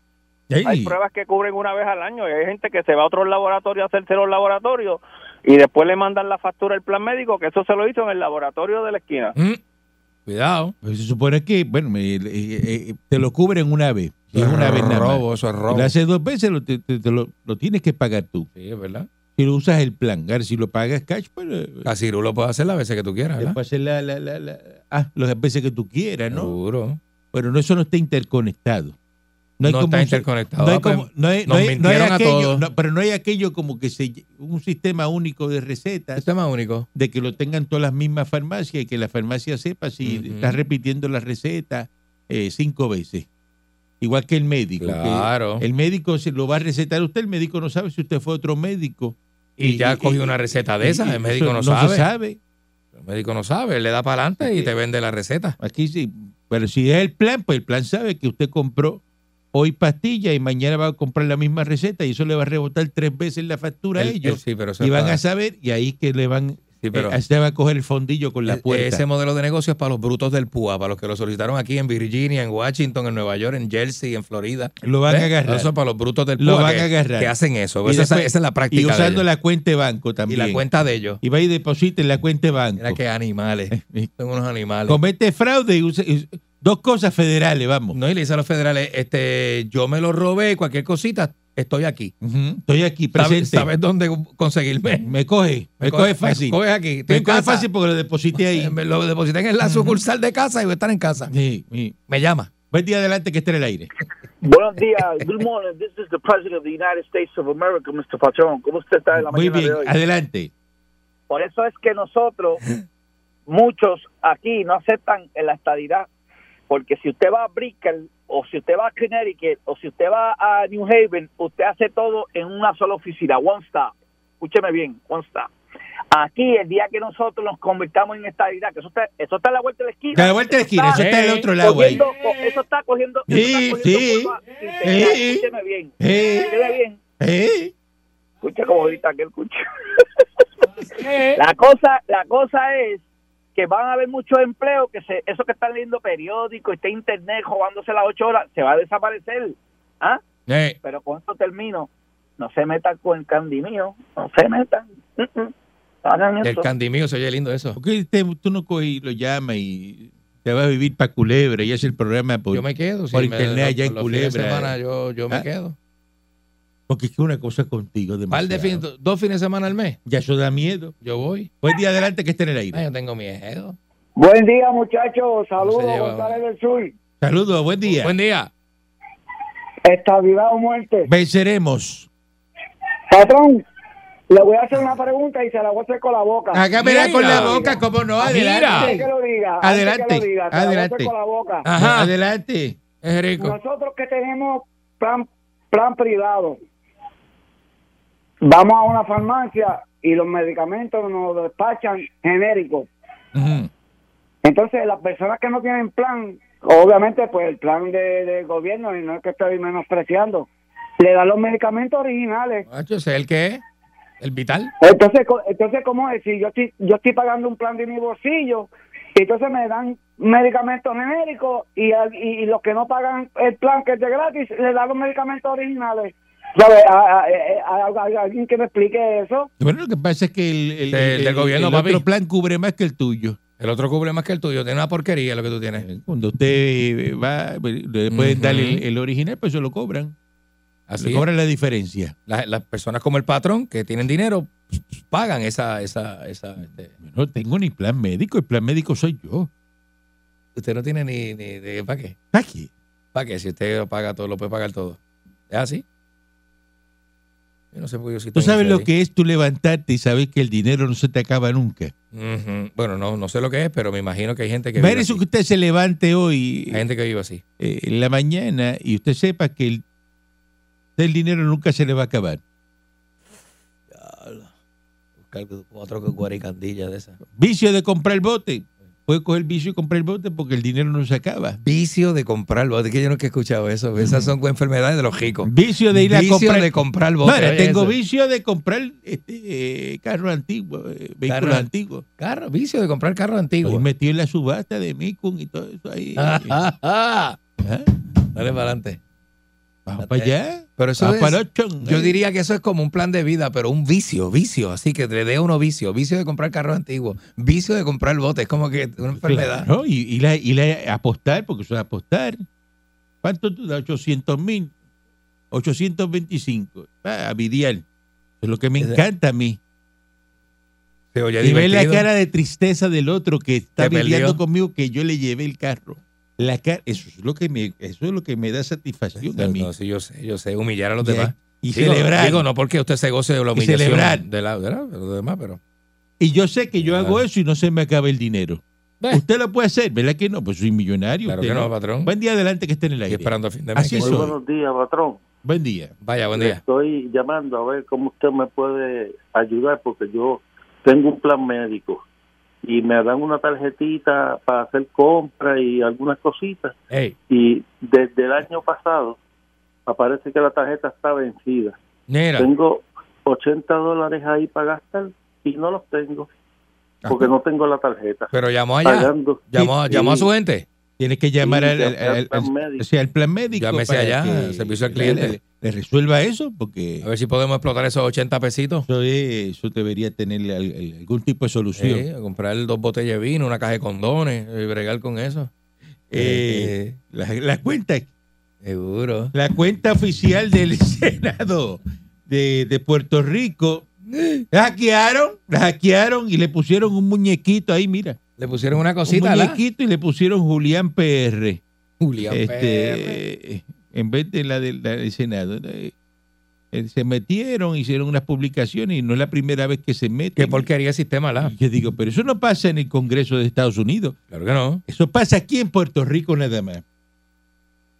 S3: Ey,
S8: Hay pruebas que cubren una vez al año y hay gente que se va a otros laboratorios a hacerse los laboratorios y después le mandan la factura al plan médico, que eso se lo hizo en el laboratorio de la esquina.
S4: Mm. Cuidado.
S3: pues se supone que, bueno, me- eh, eh, te lo cubren una vez. Y es una vez nada más.
S4: robo, eso es robo.
S3: Lo haces dos veces, lo, te- te- te lo, lo tienes que pagar tú.
S4: Sí, es verdad.
S3: Si lo usas el plan, ahora si lo pagas cash, pues eh,
S4: Casiru lo puedes hacer las veces que tú quieras, ¿verdad?
S3: después haces la, la, la- la- ah, las veces que tú quieras, pues, ¿no?
S4: Seguro.
S3: pero no, eso no está interconectado.
S4: No,
S3: hay como
S4: está
S3: un-
S4: interconectado.
S3: No hay
S4: Ah, pues,
S3: como, no hay- no
S4: nos
S3: hay- no hay
S4: mintieron a
S3: aquello,
S4: todos.
S3: no, pero no hay aquello como que se, un sistema único de recetas
S4: sistema único.
S3: de que lo tengan todas las mismas farmacias y que la farmacia sepa si
S4: Ujú.
S3: está repitiendo la receta eh, cinco veces. Igual que el médico. que
S4: Claro.
S3: el médico se lo va a recetar a usted, el médico no sabe si usted fue a otro médico.
S4: Y, ya cogió una receta de
S3: y-
S4: esas,
S3: y
S4: el médico
S3: eso
S4: no,
S3: se
S4: sabe.
S3: sabe.
S4: El médico no sabe, él le da para adelante y te vende la receta.
S3: Aquí sí, pero si es el plan, pues el plan sabe que usted compró hoy pastilla y mañana va a comprar la misma receta y eso le va a rebotar tres veces la factura
S4: Él-
S3: a
S4: él
S3: ellos
S4: sí, pero eso
S3: y
S4: es
S3: van
S4: para-
S3: a saber y ahí que le van,
S4: Sí, pero-
S3: eh, se va a coger el fondillo con la
S4: E-
S3: puerta.
S4: Ese modelo de negocio es para los brutos del PUA, para los que lo solicitaron aquí en Virginia, en Washington, en Nueva York, en Jersey, en Florida.
S3: Lo van a
S4: ¿Ves?
S3: agarrar.
S4: Eso es para los brutos del PUA.
S3: Lo van
S4: que,
S3: a agarrar.
S4: que hacen eso.
S3: Y
S4: Esa,
S3: después-
S4: esa es la práctica.
S3: y
S4: de
S3: usando
S4: ellos.
S3: la cuenta de banco
S4: Y
S3: también.
S4: la cuenta de ellos.
S3: Y va y deposita en la cuenta de banco.
S4: Mira
S3: (laughs)
S4: qué animales. Son unos animales.
S3: Comete fraude y usa- y- dos cosas federales, vamos.
S4: No, y le dice a los federales, este, yo me lo robé, cualquier cosita, estoy aquí.
S3: Ujú, Estoy aquí presente.
S4: ¿Sabes, sabes dónde (laughs) conseguirme?
S3: Me coge, me, coge fácil.
S4: Me coge aquí. Estoy
S3: Me
S4: en
S3: coge
S4: casa.
S3: fácil porque lo deposité ahí.
S4: Me (laughs) lo deposité en la sucursal de casa y voy a estar en casa.
S3: Sí, sí.
S4: Me llama.
S3: Buen día adelante que esté en el aire.
S9: Buenos días, good morning. This is the President of the United States of America, Mr. Patrón. ¿Cómo usted está en la
S3: Muy
S9: mañana
S3: bien,
S9: de hoy?
S3: adelante.
S9: Por eso es que nosotros, muchos aquí, no aceptan la estadidad. Porque si usted va a Brickell, o si usted va a Connecticut, o si usted va a New Haven, usted hace todo en una sola oficina, one stop. Escúcheme bien, one stop. Aquí, el día que nosotros nos convirtamos en estadidad, que eso está, eso está a la vuelta de la esquina.
S3: A la vuelta de la esquina, eso está del
S4: Eh,
S3: otro lado ahí.
S9: cogiendo, co- eso está cogiendo. eso está
S3: Sí,
S9: cogiendo
S3: sí.
S9: curva integral.
S3: Sí.
S9: Escúcheme bien.
S3: Sí.
S9: Escúcheme bien.
S3: ¿Eh?
S9: Escucha como grita aquel cucho. la cosa, la cosa es que van a haber muchos empleos que se, eso que están leyendo periódicos, está internet robándose las ocho horas, se va a desaparecer. ¿Ah?
S4: Eh,
S9: Pero con esto termino. No se metan con el candimío, no se metan. Mm, mm. No hagan
S4: el
S9: eso.
S4: candimío se oye lindo eso.
S3: ¿Por qué te- tú no coges y lo llamas y te vas a vivir para Culebra y haces el programa? Por,
S4: yo me quedo. si
S3: por
S4: me-
S3: internet allá en
S4: los fines
S3: Culebra,
S4: de
S3: eh.
S4: semana yo, yo me
S3: ¿Ah?
S4: quedo.
S3: Porque es que una cosa contigo
S4: Par
S3: demasiado.
S4: de fin- do- dos fines de semana al mes,
S3: Ya eso da miedo.
S4: yo voy.
S3: Buen día adelante que esté en el
S4: Ay,
S3: aire.
S4: yo tengo miedo.
S8: Buen día, muchachos.
S4: Saludos, se lleva, González
S8: del Sur.
S3: Saludos, buen día.
S4: Buen día.
S8: Estabilidad o muerte.
S3: Venceremos.
S8: Patrón,
S10: Le voy a hacer una pregunta y se la voy a hacer con la boca.
S3: Hágamela con la boca, ¿cómo no?
S10: Antes
S3: Adelante.
S10: que lo diga, antes
S3: Adelante.
S10: que lo diga, te la voy a hacer
S3: Adelante.
S10: con la boca.
S4: Ajá.
S3: Adelante.
S4: Es rico.
S10: Nosotros que tenemos plan, plan privado, vamos a una farmacia y los medicamentos nos los despachan genéricos.
S4: Ujú.
S10: Entonces, las personas que no tienen plan, obviamente, pues el plan de, del gobierno, y no es que estoy menospreciando, le dan los medicamentos originales.
S4: Macho, ¿ese es el que es? ¿El vital?
S10: Entonces, co- entonces ¿cómo es? Si yo estoy, yo estoy pagando un plan de mi bolsillo, y entonces me dan medicamentos genéricos y, al- y, y los que no pagan el plan que es de gratis, le dan los medicamentos originales. ¿Sabes? A, a- eh, a- a- a- alguien que me explique eso.
S3: Bueno, lo que pasa es que el, el,
S4: Del- del gobierno,
S3: el
S4: papi.
S3: otro plan cubre más que el tuyo.
S4: El otro cubre más que el tuyo. Tiene una porquería lo que tú tienes.
S3: Eh, Cuando usted eh, va, eh, le pueden
S4: Ujú.
S3: dar el, el original, pues se lo cobran.
S4: Así
S3: Le
S4: es.
S3: cobran la diferencia.
S4: Las, las personas como el patrón que tienen dinero pagan esa, esa, esa. este,
S3: No tengo ni plan médico, el plan médico soy yo.
S4: Usted no tiene ni, ni de para qué.
S3: Aquí.
S4: ¿Para qué? Si usted lo paga todo, lo puede pagar todo. ¿Es así? Yo no sé por qué yo soy
S3: Tú
S4: tan
S3: sabes lo
S4: infeliz.
S3: que es tú levantarte y sabes que el dinero no se te acaba nunca.
S4: Ujú. Bueno, no, no sé lo que es, pero me imagino que hay gente que
S3: Ver
S4: vive
S3: eso
S4: así.
S3: que usted se levante hoy
S4: Hay gente que vive así.
S3: eh, en la mañana y usted sepa que el, el dinero nunca se le va a acabar.
S4: Buscar cuatro guaricandillas de esas.
S3: Vicio de comprar el bote. Puede coger vicio y comprar el bote porque el dinero no se acaba.
S4: Vicio de comprar bote, que yo nunca he escuchado eso. Esas son enfermedades de los ricos.
S3: Vicio de ir a
S4: Vicio
S3: comprar.
S4: de comprar bote.
S3: Mira,
S4: oye
S3: tengo
S4: eso.
S3: vicio de comprar este, eh, carro antiguo, eh, vehículos
S4: Carro-
S3: antiguos.
S4: Carro, vicio de comprar carro antiguo.
S3: Estoy metido en la subasta de Mikun y todo eso
S4: (laughs)
S3: ahí.
S4: Ah, ah,
S3: Ajá.
S4: ah. Dale para adelante.
S3: Vamos para allá.
S4: Ah, Pero eso
S3: Vamos
S4: es-
S3: para Ochon.
S4: Yo diría que eso es como un plan de vida, pero un vicio, vicio. Así que le dé a uno vicio. Vicio de comprar carros antiguos. Vicio de comprar botes. Es como que una enfermedad.
S3: Claro, y, y la, y la- apostar, porque eso es apostar. ¿Cuánto tú das? 800 mil. 825. Ah, a Vidial. Eso Es lo que me
S4: Es de-
S3: encanta a mí.
S4: Se oye
S3: Y ver la
S4: divertido.
S3: cara de tristeza del otro que está
S4: Que perdió.
S3: peleando conmigo que yo le llevé el carro. La ca- eso, es lo que me, eso es lo que me da satisfacción a
S4: No,
S3: mí.
S4: no, sí, yo sé, yo sé. Humillar a los
S3: Y-
S4: demás.
S3: y
S4: Digo,
S3: celebrar.
S4: Digo, no porque usted se goce de la
S3: Y
S4: humillación.
S3: celebrar.
S4: De, la, de, la- de los demás, pero.
S3: Y yo sé que yo
S4: Claro.
S3: hago eso y no se me acaba el dinero.
S4: Ve.
S3: Usted lo puede hacer, ¿verdad que no? Pues soy millonario.
S4: Claro
S3: usted
S4: que no, patrón.
S3: Buen día, adelante que esté en el
S4: Estoy
S3: aire.
S4: esperando a fin de mes.
S3: Así
S4: que-
S3: soy.
S7: días, patrón.
S3: Buen día.
S4: Vaya, buen
S7: Le
S4: día.
S7: estoy llamando a ver cómo usted me puede ayudar porque yo tengo un plan médico y me dan una tarjetita para hacer compras y algunas cositas
S4: Ey,
S7: y desde el año pasado aparece que la tarjeta está vencida.
S4: mira.
S7: Tengo 80 dólares ahí para gastar y no los tengo porque no tengo la tarjeta.
S4: Pero llamó allá.
S7: Pagando.
S4: Pues Llamó,
S7: Sí.
S4: llamó a su gente.
S3: Tienes que llamar
S7: Sí,
S3: al, al-
S7: al
S3: al-
S7: plan
S3: al-
S7: médico.
S3: o sea, al plan médico.
S4: Llámese allá,
S3: que
S4: al servicio al
S3: le-
S4: cliente.
S3: Le, le resuelva eso, porque
S4: A ver si podemos explotar esos 80 pesitos.
S3: eso, es- eso debería tener al- al- algún tipo de
S4: Sí,
S3: solución.
S4: Eh, a comprar dos botellas de vino, una caja de condones, y bregar con eso.
S3: Eh, la, la cuenta,
S4: eh, Seguro.
S3: la cuenta oficial del (laughs) Senado de, de Puerto Rico, la hackearon, la hackearon y le pusieron un muñequito ahí, mira.
S4: Le pusieron una
S3: un
S4: cosita, ¿la?
S3: muñequito y le pusieron Julián PR.
S4: Julián Pérez.
S3: este, eh, en vez de la del, la del Senado. eh, eh, se metieron, hicieron unas publicaciones y no es la primera vez que se meten.
S4: Qué porquería el sistema, ¿la?
S3: Y Yo digo, pero eso no pasa en el Congreso de Estados Unidos.
S4: Claro que no.
S3: Eso pasa aquí en Puerto Rico nada más.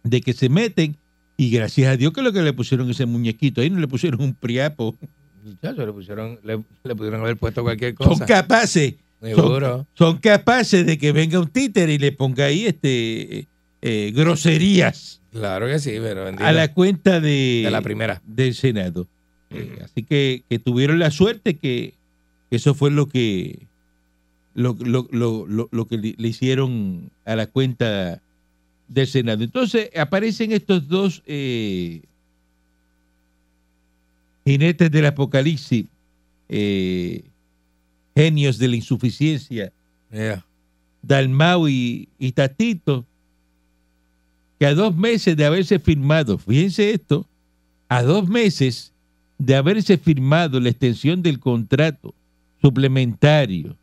S3: De que se meten y gracias a Dios que lo que le pusieron ese muñequito ahí no le pusieron un priapo.
S4: Muchachos, le pusieron, le, le pudieron haber puesto cualquier
S3: Son
S4: cosa.
S3: capaces.
S4: Seguro.
S3: Son capaces de que venga un títere y le ponga ahí este eh, eh, groserías
S4: Claro que sí, pero bendito.
S3: a la cuenta de,
S4: de la primera.
S3: del Senado. Eh, así que, que tuvieron la suerte que que eso fue lo que lo, lo- lo- lo- lo que le le hicieron a la cuenta del Senado. Entonces aparecen estos dos eh, jinetes del apocalipsis, eh, genios de la insuficiencia,
S4: Mira.
S3: Dalmau y, y Tatito, que a dos meses de haberse firmado, fíjense esto, a dos meses de haberse firmado la extensión del contrato suplementario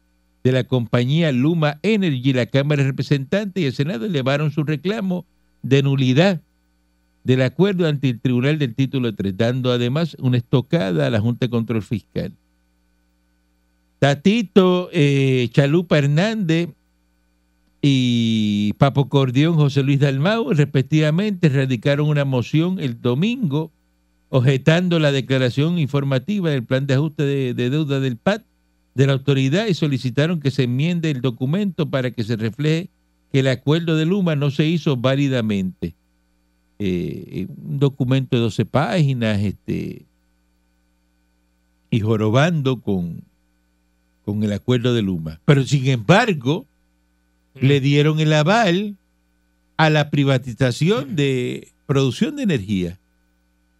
S3: de la compañía Luma Energy, la Cámara de Representantes y el Senado elevaron su reclamo de nulidad del acuerdo ante el Tribunal del Título 3, dando además una estocada a la Junta de Control Fiscal. Tatito eh, Chalupa Hernández y Papo Cordión José Luis Dalmau, respectivamente, radicaron una moción el domingo objetando la declaración informativa del plan de ajuste de, de deuda del PAT de la autoridad y solicitaron que se enmiende el documento para que se refleje que el acuerdo de Luma no se hizo válidamente. Eh, un documento de 12 páginas este, y jorobando con, con el acuerdo de Luma. Pero sin embargo, le dieron el aval a la privatización de producción de energía.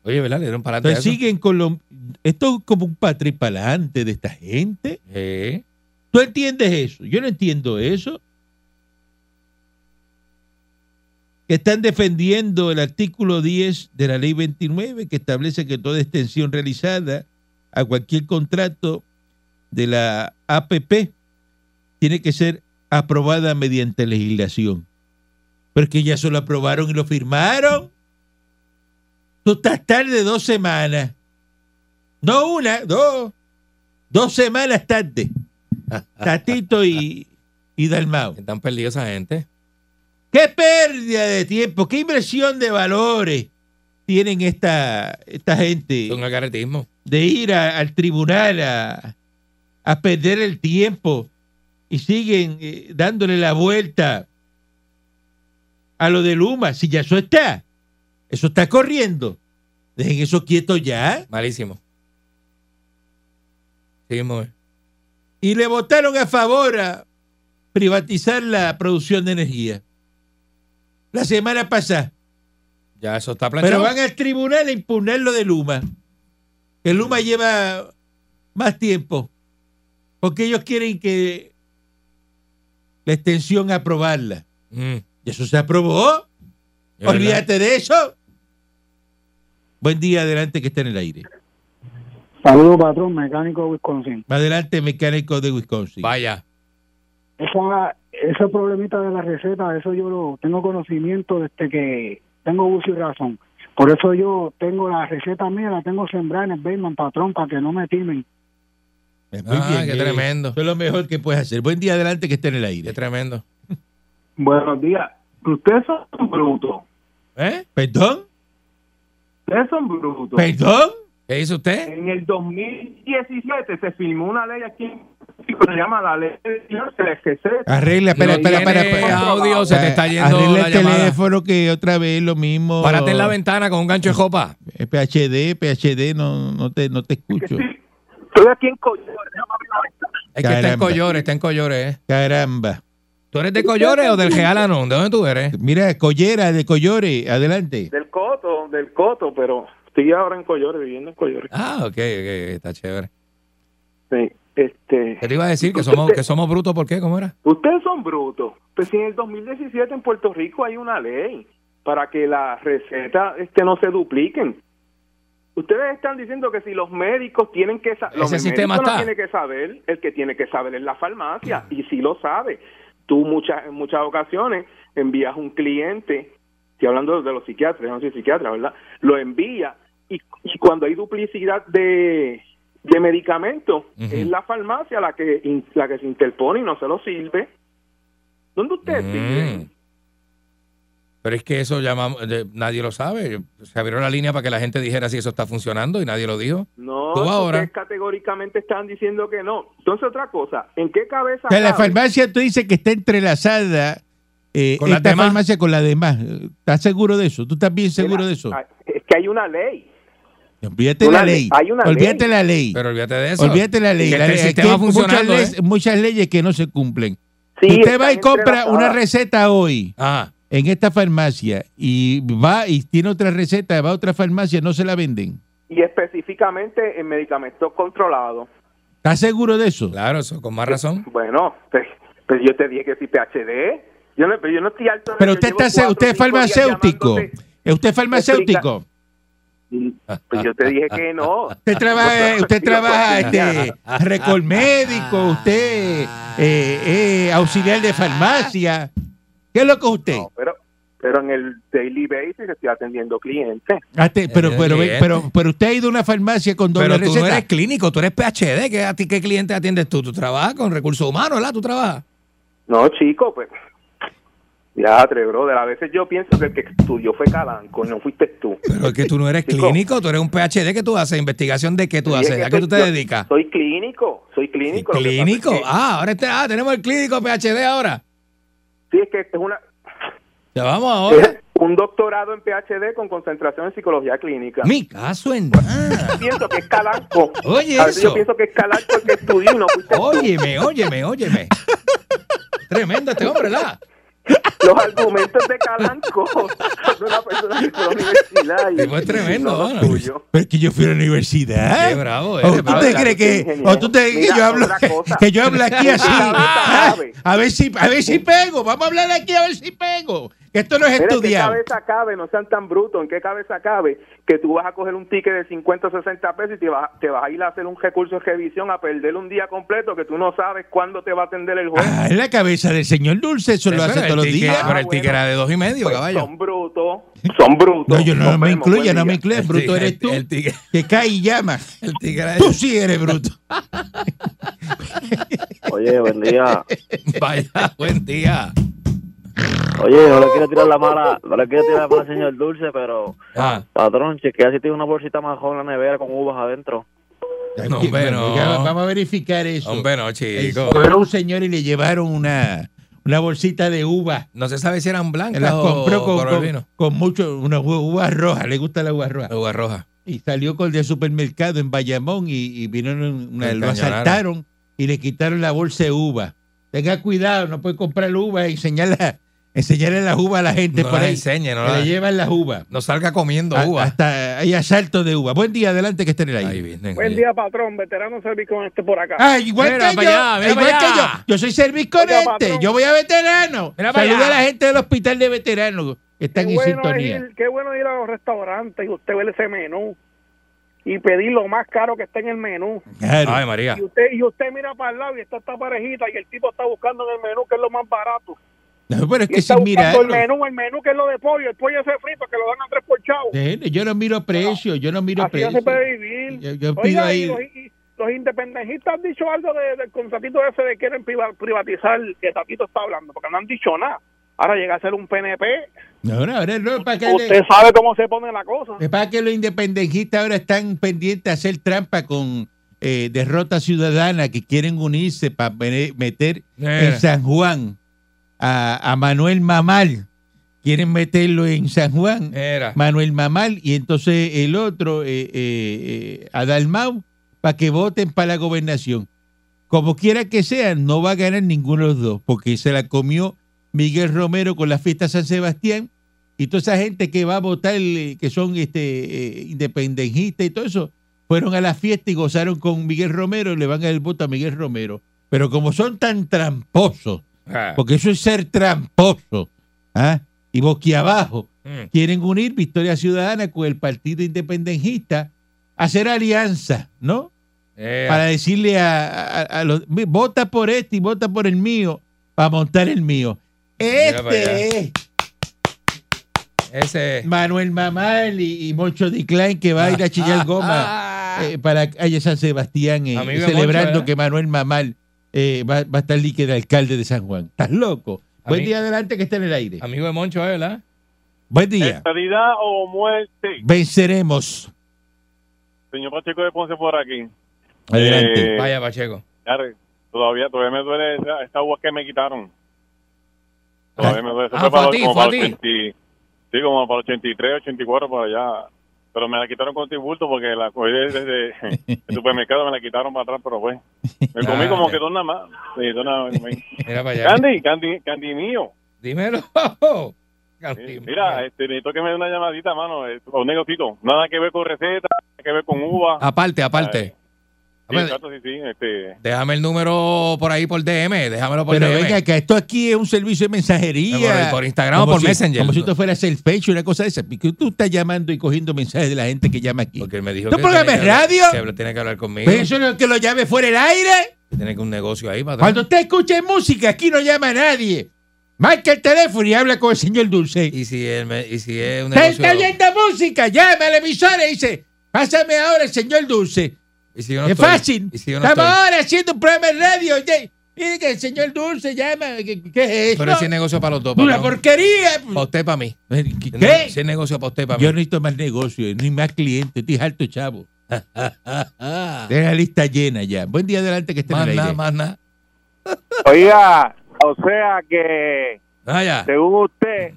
S4: Oye, ¿verdad? Le dieron para adelante.
S3: Entonces siguen con lo... Esto es como un patri para adelante de esta gente.
S4: Eh,
S3: ¿Tú entiendes eso? Yo no entiendo eso. Que están defendiendo el artículo 10 de la ley 29 que establece que toda extensión realizada a cualquier contrato de la APP tiene que ser aprobada mediante legislación. Pero es que ya se lo aprobaron y lo firmaron. Tú estás tarde dos semanas. No una, dos. Dos semanas tarde. Tatito y, y Dalmau.
S4: Están perdidos esa gente.
S3: ¡Qué pérdida de tiempo! ¡Qué inversión de valores tienen esta, esta gente!
S4: Son agaretismo.
S3: de ir a- al tribunal a, a perder el tiempo y siguen eh, dándole la vuelta a lo de Luma, si ya eso está, eso está corriendo, dejen eso quieto ya.
S4: Malísimo. Seguimos.
S3: Y le votaron a favor a privatizar la producción de energía la semana pasada,
S4: Ya eso está planchado.
S3: pero van al tribunal a impugnar lo de Luma, que Luma lleva más tiempo, porque ellos quieren que la extensión aprobarla.
S4: Mm,
S3: Y eso se aprobó.
S4: es verdad.
S3: Olvídate de eso. Buen día, adelante que está en el aire.
S10: Saludos, patrón, mecánico de Wisconsin.
S3: Adelante, mecánico de Wisconsin.
S4: Vaya.
S10: Esa, ese problemita de la receta, eso yo lo tengo conocimiento desde que tengo uso y razón. Por eso yo tengo la receta mía, la tengo sembrada en el Bateman, patrón, para que no me timen.
S3: Eh, Muy
S4: Ah,
S3: bien,
S4: qué
S3: eh,
S4: tremendo.
S3: Eso es lo mejor que puedes hacer. Buen día, adelante que está en el
S4: Qué
S3: aire.
S4: tremendo.
S7: Buenos días. Ustedes son brutos.
S3: ¿Eh? ¿Perdón?
S7: Ustedes son brutos.
S3: ¿Perdón?
S4: ¿Qué hizo usted?
S7: En el 2017 se firmó una ley aquí en México que se llama la ley de receta.
S3: Arregla, espera,
S4: No
S3: espera, espera.
S4: tiene
S3: espera.
S4: audio, se te está yendo
S3: Arregla
S4: la
S3: el
S4: llamada.
S3: teléfono que otra vez lo mismo.
S4: Párate en la ventana con un gancho de jopa.
S3: Eh, PhD, PhD, no, no, te, no te escucho.
S7: Estoy aquí en Coyote, déjame abrir la ventana.
S4: Es que está en
S3: Caramba.
S4: Collores, está en Collores. eh.
S3: Caramba.
S4: ¿Tú eres de Collores o del Real Anón? ¿De dónde tú eres?
S3: Mira, Collera de Collore, adelante.
S8: Del Coto, del Coto, pero estoy ahora en Collores, viviendo en Collores.
S4: Ah, ok, ok, está chévere.
S8: Sí, este,
S4: ¿Qué te iba a decir? ¿Que somos, que somos brutos por qué? ¿Cómo era?
S8: ustedes son brutos. Pues si en el 2017 en Puerto Rico hay una ley para que las recetas este, no se dupliquen. Ustedes están diciendo que si los médicos tienen que saber, los
S4: Ese sistema
S8: médicos
S4: está.
S8: no tienen que saber, el que tiene que saber es la farmacia y si lo sabe. Tú muchas en muchas ocasiones envías un cliente, estoy hablando de los psiquiatras, no soy psiquiatra, ¿verdad? Lo envía y, y cuando hay duplicidad de, de medicamentos,
S4: Ujú.
S8: es la farmacia la que in- la que se interpone y no se lo sirve. ¿Dónde ustedes viven?
S4: Mm. Pero es que eso llamamos, de- nadie lo sabe. Yo- Se abrió la línea para que la gente dijera si eso está funcionando y nadie lo dijo.
S8: No,
S4: Tú ahora.
S8: ustedes categóricamente están diciendo que no. Entonces, otra cosa, ¿en qué cabeza
S3: O sea, la
S8: cabe?
S3: farmacia tú dices que está entrelazada eh,
S4: Con las
S3: esta
S4: demás.
S3: farmacia con la demás. ¿Estás seguro de eso? ¿Tú estás bien seguro de eso?
S8: Ah, Es que hay una ley.
S3: Olvídate
S8: una
S3: la
S8: ley.
S3: ley.
S8: Hay una
S3: Olvídate
S8: ley.
S3: la ley.
S4: Pero olvídate de eso.
S3: Olvídate la ley.
S4: Que
S3: La
S4: esté el
S3: ley- es
S4: sistema
S3: que muchas,
S4: funcionando,
S3: leyes,
S4: ¿eh?
S3: muchas leyes que no se cumplen.
S8: Sí,
S3: Usted va y
S8: están
S3: compra una
S8: entrelazadas.
S3: receta hoy
S4: Ah,
S3: en esta farmacia y va y tiene otra receta, va a otra farmacia, no se la venden.
S8: Y específicamente en medicamentos controlados.
S3: ¿Estás seguro de eso?
S4: claro, eso con más razón.
S8: Bueno, pues, pues yo te dije que si PHD. Yo no, pero yo no estoy alto.
S3: Pero
S8: yo
S3: usted
S8: llevo
S3: está se-
S8: cuatro,
S3: usted es
S8: cinco días
S3: farmacéutico.
S8: llamándote.
S3: ¿Es usted farmacéutico?
S8: Pues yo te dije que no.
S3: Usted
S8: (laughs)
S3: trabaja, usted trabaja este récord médico, usted eh, eh, auxiliar de farmacia. ¿Qué es lo que es usted?
S8: No, pero, pero
S7: pero en el daily basis estoy atendiendo clientes.
S3: Ah, te- pero,
S4: Eh,
S3: pero,
S4: cliente.
S3: pero, pero usted ha ido a una farmacia con doble
S4: Pero tú no
S3: receta.
S4: eres clínico, tú eres PhD. ¿Qué, a ti, ¿Qué cliente atiendes tú? Tú trabajas con recursos humanos, ¿verdad? Tú trabajas.
S7: No, chico, pues. Ya, tre, brother. A veces yo pienso que el que estudió fue Calanco, no fuiste tú.
S4: Pero es que tú no eres clínico, tú eres un PhD. ¿Qué tú haces? ¿Investigación de qué tú
S7: Y es
S4: haces?
S7: que
S4: ¿A qué tú
S7: soy-
S4: te
S7: yo
S4: dedicas?
S7: Soy clínico, soy clínico. lo que pasa
S4: ¿Clínico?
S7: es que-
S4: Ah, ahora este- ah, tenemos el clínico PhD ahora.
S7: Sí, es que es una,
S4: Ya vamos ahora.
S7: es un doctorado en PhD con concentración en psicología clínica.
S4: Mi caso en
S7: Yo pienso que es Calanco.
S4: Oye,
S7: A veces
S4: eso.
S7: Yo pienso que es Calanco el que estudió y no Pues, fuiste
S3: Oh.
S7: tú.
S4: Óyeme, óyeme, óyeme. Tremendo este hombre, ¿verdad?
S7: Los argumentos de Calanco (laughs) de una persona que fue a la universidad. y-
S4: Tipo es tremendo,
S7: no, no,
S4: mano.
S7: tuyo.
S3: Pero es que yo fui a la universidad.
S4: Qué bravo eh.
S3: ¿O
S4: eres,
S3: tú
S4: bravo.
S3: te
S7: Claro,
S3: crees
S7: que
S3: que,
S7: ingeniero.
S3: o tú te crees que yo
S7: Mira,
S3: hablo,
S7: otra
S3: que,
S7: cosa.
S3: que yo hablo aquí así? Ah,
S7: cabe.
S3: a ver si, a ver si pego. Vamos a hablar aquí a ver si pego. Que esto no es
S7: Mira, ¿en qué
S3: estudiado.
S7: cabeza cabe? No sean tan brutos. ¿En qué cabeza cabe que tú vas a coger un ticket de 50 o 60 pesos y te vas, te vas a ir a hacer un recurso de revisión a perder un día completo que tú no sabes cuándo te va a atender el juez?
S3: Ah, en la cabeza del señor Dulce, eso lo
S4: Pero
S3: hace
S4: el
S3: todos los
S4: ticket-
S3: días.
S4: Pero el ticket era de dos y medio,
S7: Pues
S4: caballo.
S7: son brutos. Son brutos.
S3: (laughs) No, yo no
S7: Nos
S3: me
S7: vemos,
S3: incluya,
S7: buen
S3: no me
S7: día.
S3: incluya.
S4: El
S3: Bruto
S4: tigre-
S3: eres tú.
S4: el tigre.
S3: Que cae y llama.
S4: El tigre era de
S3: Tú sí eres bruto.
S11: Oye, buen día.
S4: Vaya, buen día.
S11: Oye, no le quiero tirar la mala, no le quiero tirar la mala al señor Dulce, pero
S4: Ah,
S11: patrón, chequea si tiene una bolsita majón en la nevera con uvas adentro.
S4: no, hombre, no.
S3: Ya Vamos a verificar eso.
S4: Hombre, no, chico.
S3: Fueron un señor y le llevaron una, una bolsita de uva.
S4: No se sabe si eran blancas
S3: Las compró
S4: o
S3: con,
S4: color
S3: con-
S4: vino.
S3: con mucho, una uva- uva roja, le gusta la uva roja.
S4: Uva roja.
S3: Y salió con el de supermercado en Bayamón y, y vieron un- una-
S4: Le
S3: lo
S4: encañonaron.
S3: asaltaron y le quitaron la bolsa de uva. Tenga cuidado, no puede comprar uva y enseñarle, enseñarle las uvas a la gente
S4: No
S3: por
S4: la
S3: ahí.
S4: enseñe, no
S3: que
S4: la-
S3: le llevan las uvas.
S4: No salga comiendo
S3: A-
S4: uva.
S3: Hasta hay asalto de uva. Buen día, adelante que estén en el aire.
S4: Ahí viene.
S8: Buen
S4: oye.
S8: día, patrón. Veterano Service con este por acá.
S3: Ah, igual
S4: Mira
S3: que
S4: pa'
S3: yo,
S4: allá, mira
S3: igual
S4: pa'
S3: que yo.
S4: allá.
S3: Yo soy
S8: Oiga,
S3: serviconente,
S8: patrón.
S3: yo voy a veterano.
S4: Mira pa'
S3: Saluda a la
S4: allá.
S3: gente del hospital de veteranos que están
S8: qué,
S3: en
S8: bueno es
S3: sintonía.
S8: ir, qué bueno ir a los restaurantes y usted ver ese menú y pedir lo más caro que está en el menú.
S3: Claro.
S4: Ay, María.
S8: Y usted y usted mira para el lado y está esta parejita y el tipo está buscando en el menú que es lo más barato.
S3: No, pero es eh,
S8: Y
S3: que
S8: está
S3: sin
S8: buscando el
S3: mirarlo.
S8: menú, el menú que es lo de pollo, el pollo ese frito que lo dan a tres por chavo.
S3: Nene, Yo no miro precio, yo no miro
S8: Así no
S3: precio.
S8: se puede vivir.
S3: Yo, yo pido
S8: Oiga, y
S3: ahí.
S8: los, y los independentistas han dicho algo de- del conceptito ese de quieren priva- privatizar que Tatito está hablando, porque no han dicho nada. Ahora llega a ser un PNP
S3: No, no, ahora no, para que le-
S8: Usted sabe cómo se pone la cosa.
S3: Es para que los independentistas ahora están pendientes de hacer trampa con eh, derrota ciudadana que quieren unirse para meter
S4: Mira.
S3: en San Juan a, a Manuel Mamal. Quieren meterlo en San Juan,
S4: Mira.
S3: Manuel Mamal, y entonces el otro, eh, eh, eh, Adalmau, para que voten para la gobernación. Como quiera que sea, no va a ganar ninguno de los dos, porque se la comió Miguel Romero con la fiesta San Sebastián y toda esa gente que va a votar, eh, que son este eh, independentistas y todo eso, fueron a la fiesta y gozaron con Miguel Romero y le van a dar el voto a Miguel Romero. Pero como son tan tramposos,
S4: Ah,
S3: porque eso es ser tramposo, ¿ah? y boquiabajo,
S4: mm.
S3: quieren unir Victoria Ciudadana con el Partido Independentista, hacer alianza, ¿no?
S4: Eh,
S3: Para decirle a, a- a los, "Mi- vota por este y vota por el mío, para montar el mío.
S4: Mira para allá.
S3: Este es
S4: Ese.
S3: Manuel Mamal y, y Moncho Diclain que va a ir a chillar goma
S4: Ah,
S3: eh, para calle San Sebastián eh,
S4: Amigo de
S3: celebrando
S4: Moncho, ¿eh?
S3: que Manuel Mamal eh, va, va a estar líquido alcalde de San Juan. ¿Estás loco? Buen
S4: Ami-
S3: día adelante que está en el aire.
S4: Amigo de Moncho, ¿eh, ¿verdad?
S3: Buen día.
S12: Estadidad o muerte.
S3: Venceremos.
S12: Señor Pacheco de Ponce por aquí.
S3: Adelante.
S12: Eh,
S4: Vaya, Pacheco.
S12: Arre, todavía, todavía me duele esa, esta agua que me quitaron. Todavía me duele. Eso
S4: Ah,
S12: fue
S4: fue
S12: para,
S4: a ti,
S12: como
S4: fue a
S12: para el
S4: ti.
S12: 80 sí, como para el 83, 84, para allá. Pero me la quitaron con tibulto porque la cogí
S4: (laughs)
S12: desde el supermercado, me la quitaron para atrás, pero fue. Me comí
S4: Ah,
S12: como
S4: ya.
S12: que dos nada más. Sí, dos nada
S4: (laughs)
S12: más.
S4: Mira para allá.
S12: Candy, Candy, Candy mío.
S4: Dímelo. (laughs)
S12: Sí,
S4: Candy,
S12: Mira, este, necesito que me dé una llamadita, mano, eh, a un negocito. Nada que ver con receta, nada que ver con uva.
S4: Aparte, aparte.
S12: Sí,
S4: Aparte,
S12: exacto, sí, sí. Este,
S4: Déjame el número por ahí por DM. Déjamelo por
S3: Pero
S4: DM.
S3: venga, que esto aquí es un servicio de mensajería.
S4: Por- por Instagram o
S3: Como
S4: por
S3: si-
S4: Messenger.
S3: Como si esto fuera self-page, una cosa de esa. ¿Por qué tú estás llamando y cogiendo mensajes de la gente que llama aquí?
S4: Porque él me dijo
S3: ¿No
S4: que
S3: programa
S4: tiene
S3: es
S4: que hablar-
S3: radio? Pues
S4: que habla- tiene que hablar conmigo.
S3: Pero eso no es que lo llame fuera el aire.
S4: Tiene que un negocio ahí, patrón.
S3: Cuando usted escuche música, aquí no llama a nadie. Marca el teléfono y habla con el señor Dulce.
S4: Y si, él me- y si es un
S3: ¡Está
S4: negocio...
S3: está oyendo música! Llame a la emisora y dice, pásame ahora el señor Dulce.
S4: Y si yo no
S3: es
S4: estoy-
S3: fácil.
S4: Y si yo no
S3: Estamos
S4: estoy-
S3: ahora haciendo un programa de radio. oye. Mire que el señor Dulce llama. ¿Qué, qué es eso?
S4: Pero ese es negocio para los dos.
S3: ¡Una
S4: patrón.
S3: porquería!
S4: Para usted, para mí.
S3: ¿Qué?
S4: Ese es negocio para usted, para
S3: Yo
S4: mí.
S3: necesito más negocio, ni más clientes. Estoy harto,
S7: (laughs)
S3: chavo. Deja la lista llena ya. Buen día adelante que esté en
S4: Más
S3: el
S4: nada,
S3: aire.
S4: más nada.
S7: Oiga, o sea que,
S4: Vaya.
S7: según usted,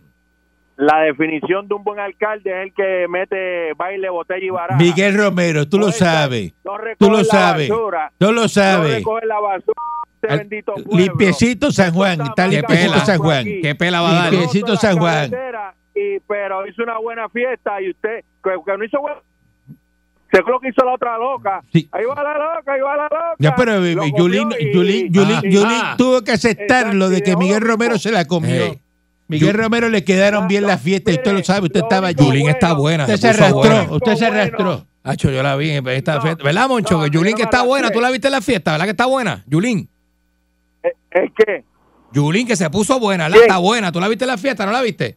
S7: la definición de un buen alcalde es el que mete baile, botella y baraja.
S3: Miguel Romero, tú lo sabes.
S7: No recoge
S3: Tú lo
S7: la
S3: sabes.
S7: basura.
S3: Tú lo
S7: No
S3: sabes.
S7: recoge la basura. Este
S3: Al-
S7: bendito pueblo.
S3: Limpiecito San Juan. Está
S7: Qué
S3: limpiecito
S7: pela.
S3: San Juan.
S4: Qué pela va a dar.
S3: Limpiecito San Juan.
S7: Carretera, Y, pero hizo una buena fiesta y usted, que, que no hizo buena. Se creo que hizo la otra loca. Ahí va la loca, ahí va la loca.
S3: Ya, pero eh,
S7: Lo comió
S3: Yulín,
S7: y-
S3: Yulín, Yulín,
S7: Ah.
S3: Yulín
S7: Ah.
S3: tuvo que aceptar lo de que Miguel Romero se la comió.
S4: Ey.
S3: Miguel Romero le quedaron bien las
S4: este,
S3: fiestas, usted lo sabe, usted estaba allí.
S4: Yulín está buena.
S3: Usted se
S4: puso
S3: arrastró,
S4: buena.
S3: usted se arrastró.
S4: Acho, yo la vi en esta fiesta. ¿Verdad, Moncho? que Yulín que está buena. ¿Tú la viste en la fiesta? ¿Verdad que está buena? Yulín.
S7: ¿Es qué?
S4: Yulín que se puso buena. La
S7: ¿Quién?
S4: está buena. ¿Tú la viste en la fiesta? ¿No la viste?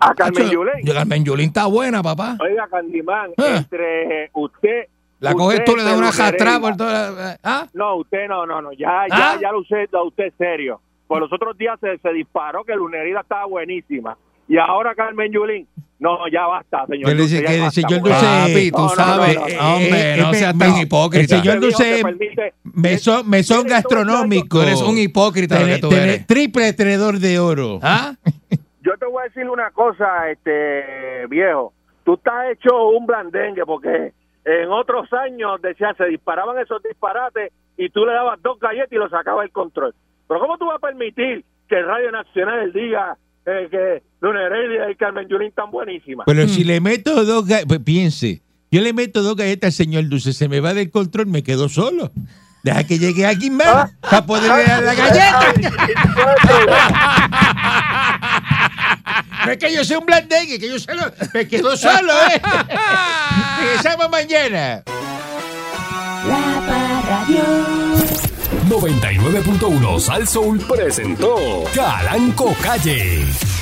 S7: A Carmen
S4: Acho,
S7: Yulín.
S4: yo- Carmen Yulín está buena, papá.
S7: Oiga, Candimán,
S4: Ah.
S7: entre usted.
S4: La coges tú, le das una jastrada
S7: jastrada
S4: por toda ¿Ah?
S7: No, usted no, no, no. Ya,
S4: ¿Ah?
S7: ya, ya lo usted, a usted serio.
S8: Pues
S7: Por los otros días se, se disparó que Lunerida estaba buenísima. Y ahora Carmen Yulín. No, ya basta, señor.
S3: Que le dice
S7: Dulce, ya
S3: que el
S7: basta,
S3: señor
S7: bueno.
S3: Dulce.
S4: Papi, tú sabes, hombre, no
S3: me-
S4: seas
S3: me-
S4: tan hipócrita.
S3: El señor
S4: Te digo,
S3: Dulce,
S4: te
S7: permite-
S3: mesón, mesón gastronómico.
S4: Tú eres un hipócrita lo
S3: Tene-
S4: que tú
S3: tene-
S4: eres.
S3: Triple tenedor de oro.
S4: ¿Ah?
S7: Yo te voy a decir una cosa, este viejo. Tú estás hecho un blandengue porque en otros años decía, se disparaban esos disparates y tú le dabas dos galletas y lo sacaba el control. Pero ¿cómo tú vas a permitir que Radio Nacional diga eh, que Luna Heredia y Carmen Yulín tan buenísimas?
S3: Pero
S4: Mm.
S3: si le meto dos galletas, piense, yo le meto dos galletas al señor Dulce, se me va del control, me quedo solo. Deja que llegue alguien más para poderle dar la galleta. (laughs) No es que yo sea un blandengue, que yo solo me quedo solo, ¿eh?
S4: (laughs)
S3: Regresamos mañana.
S2: La Parra Dios.
S1: 99.1 Sal Soul presentó Calanco Calle.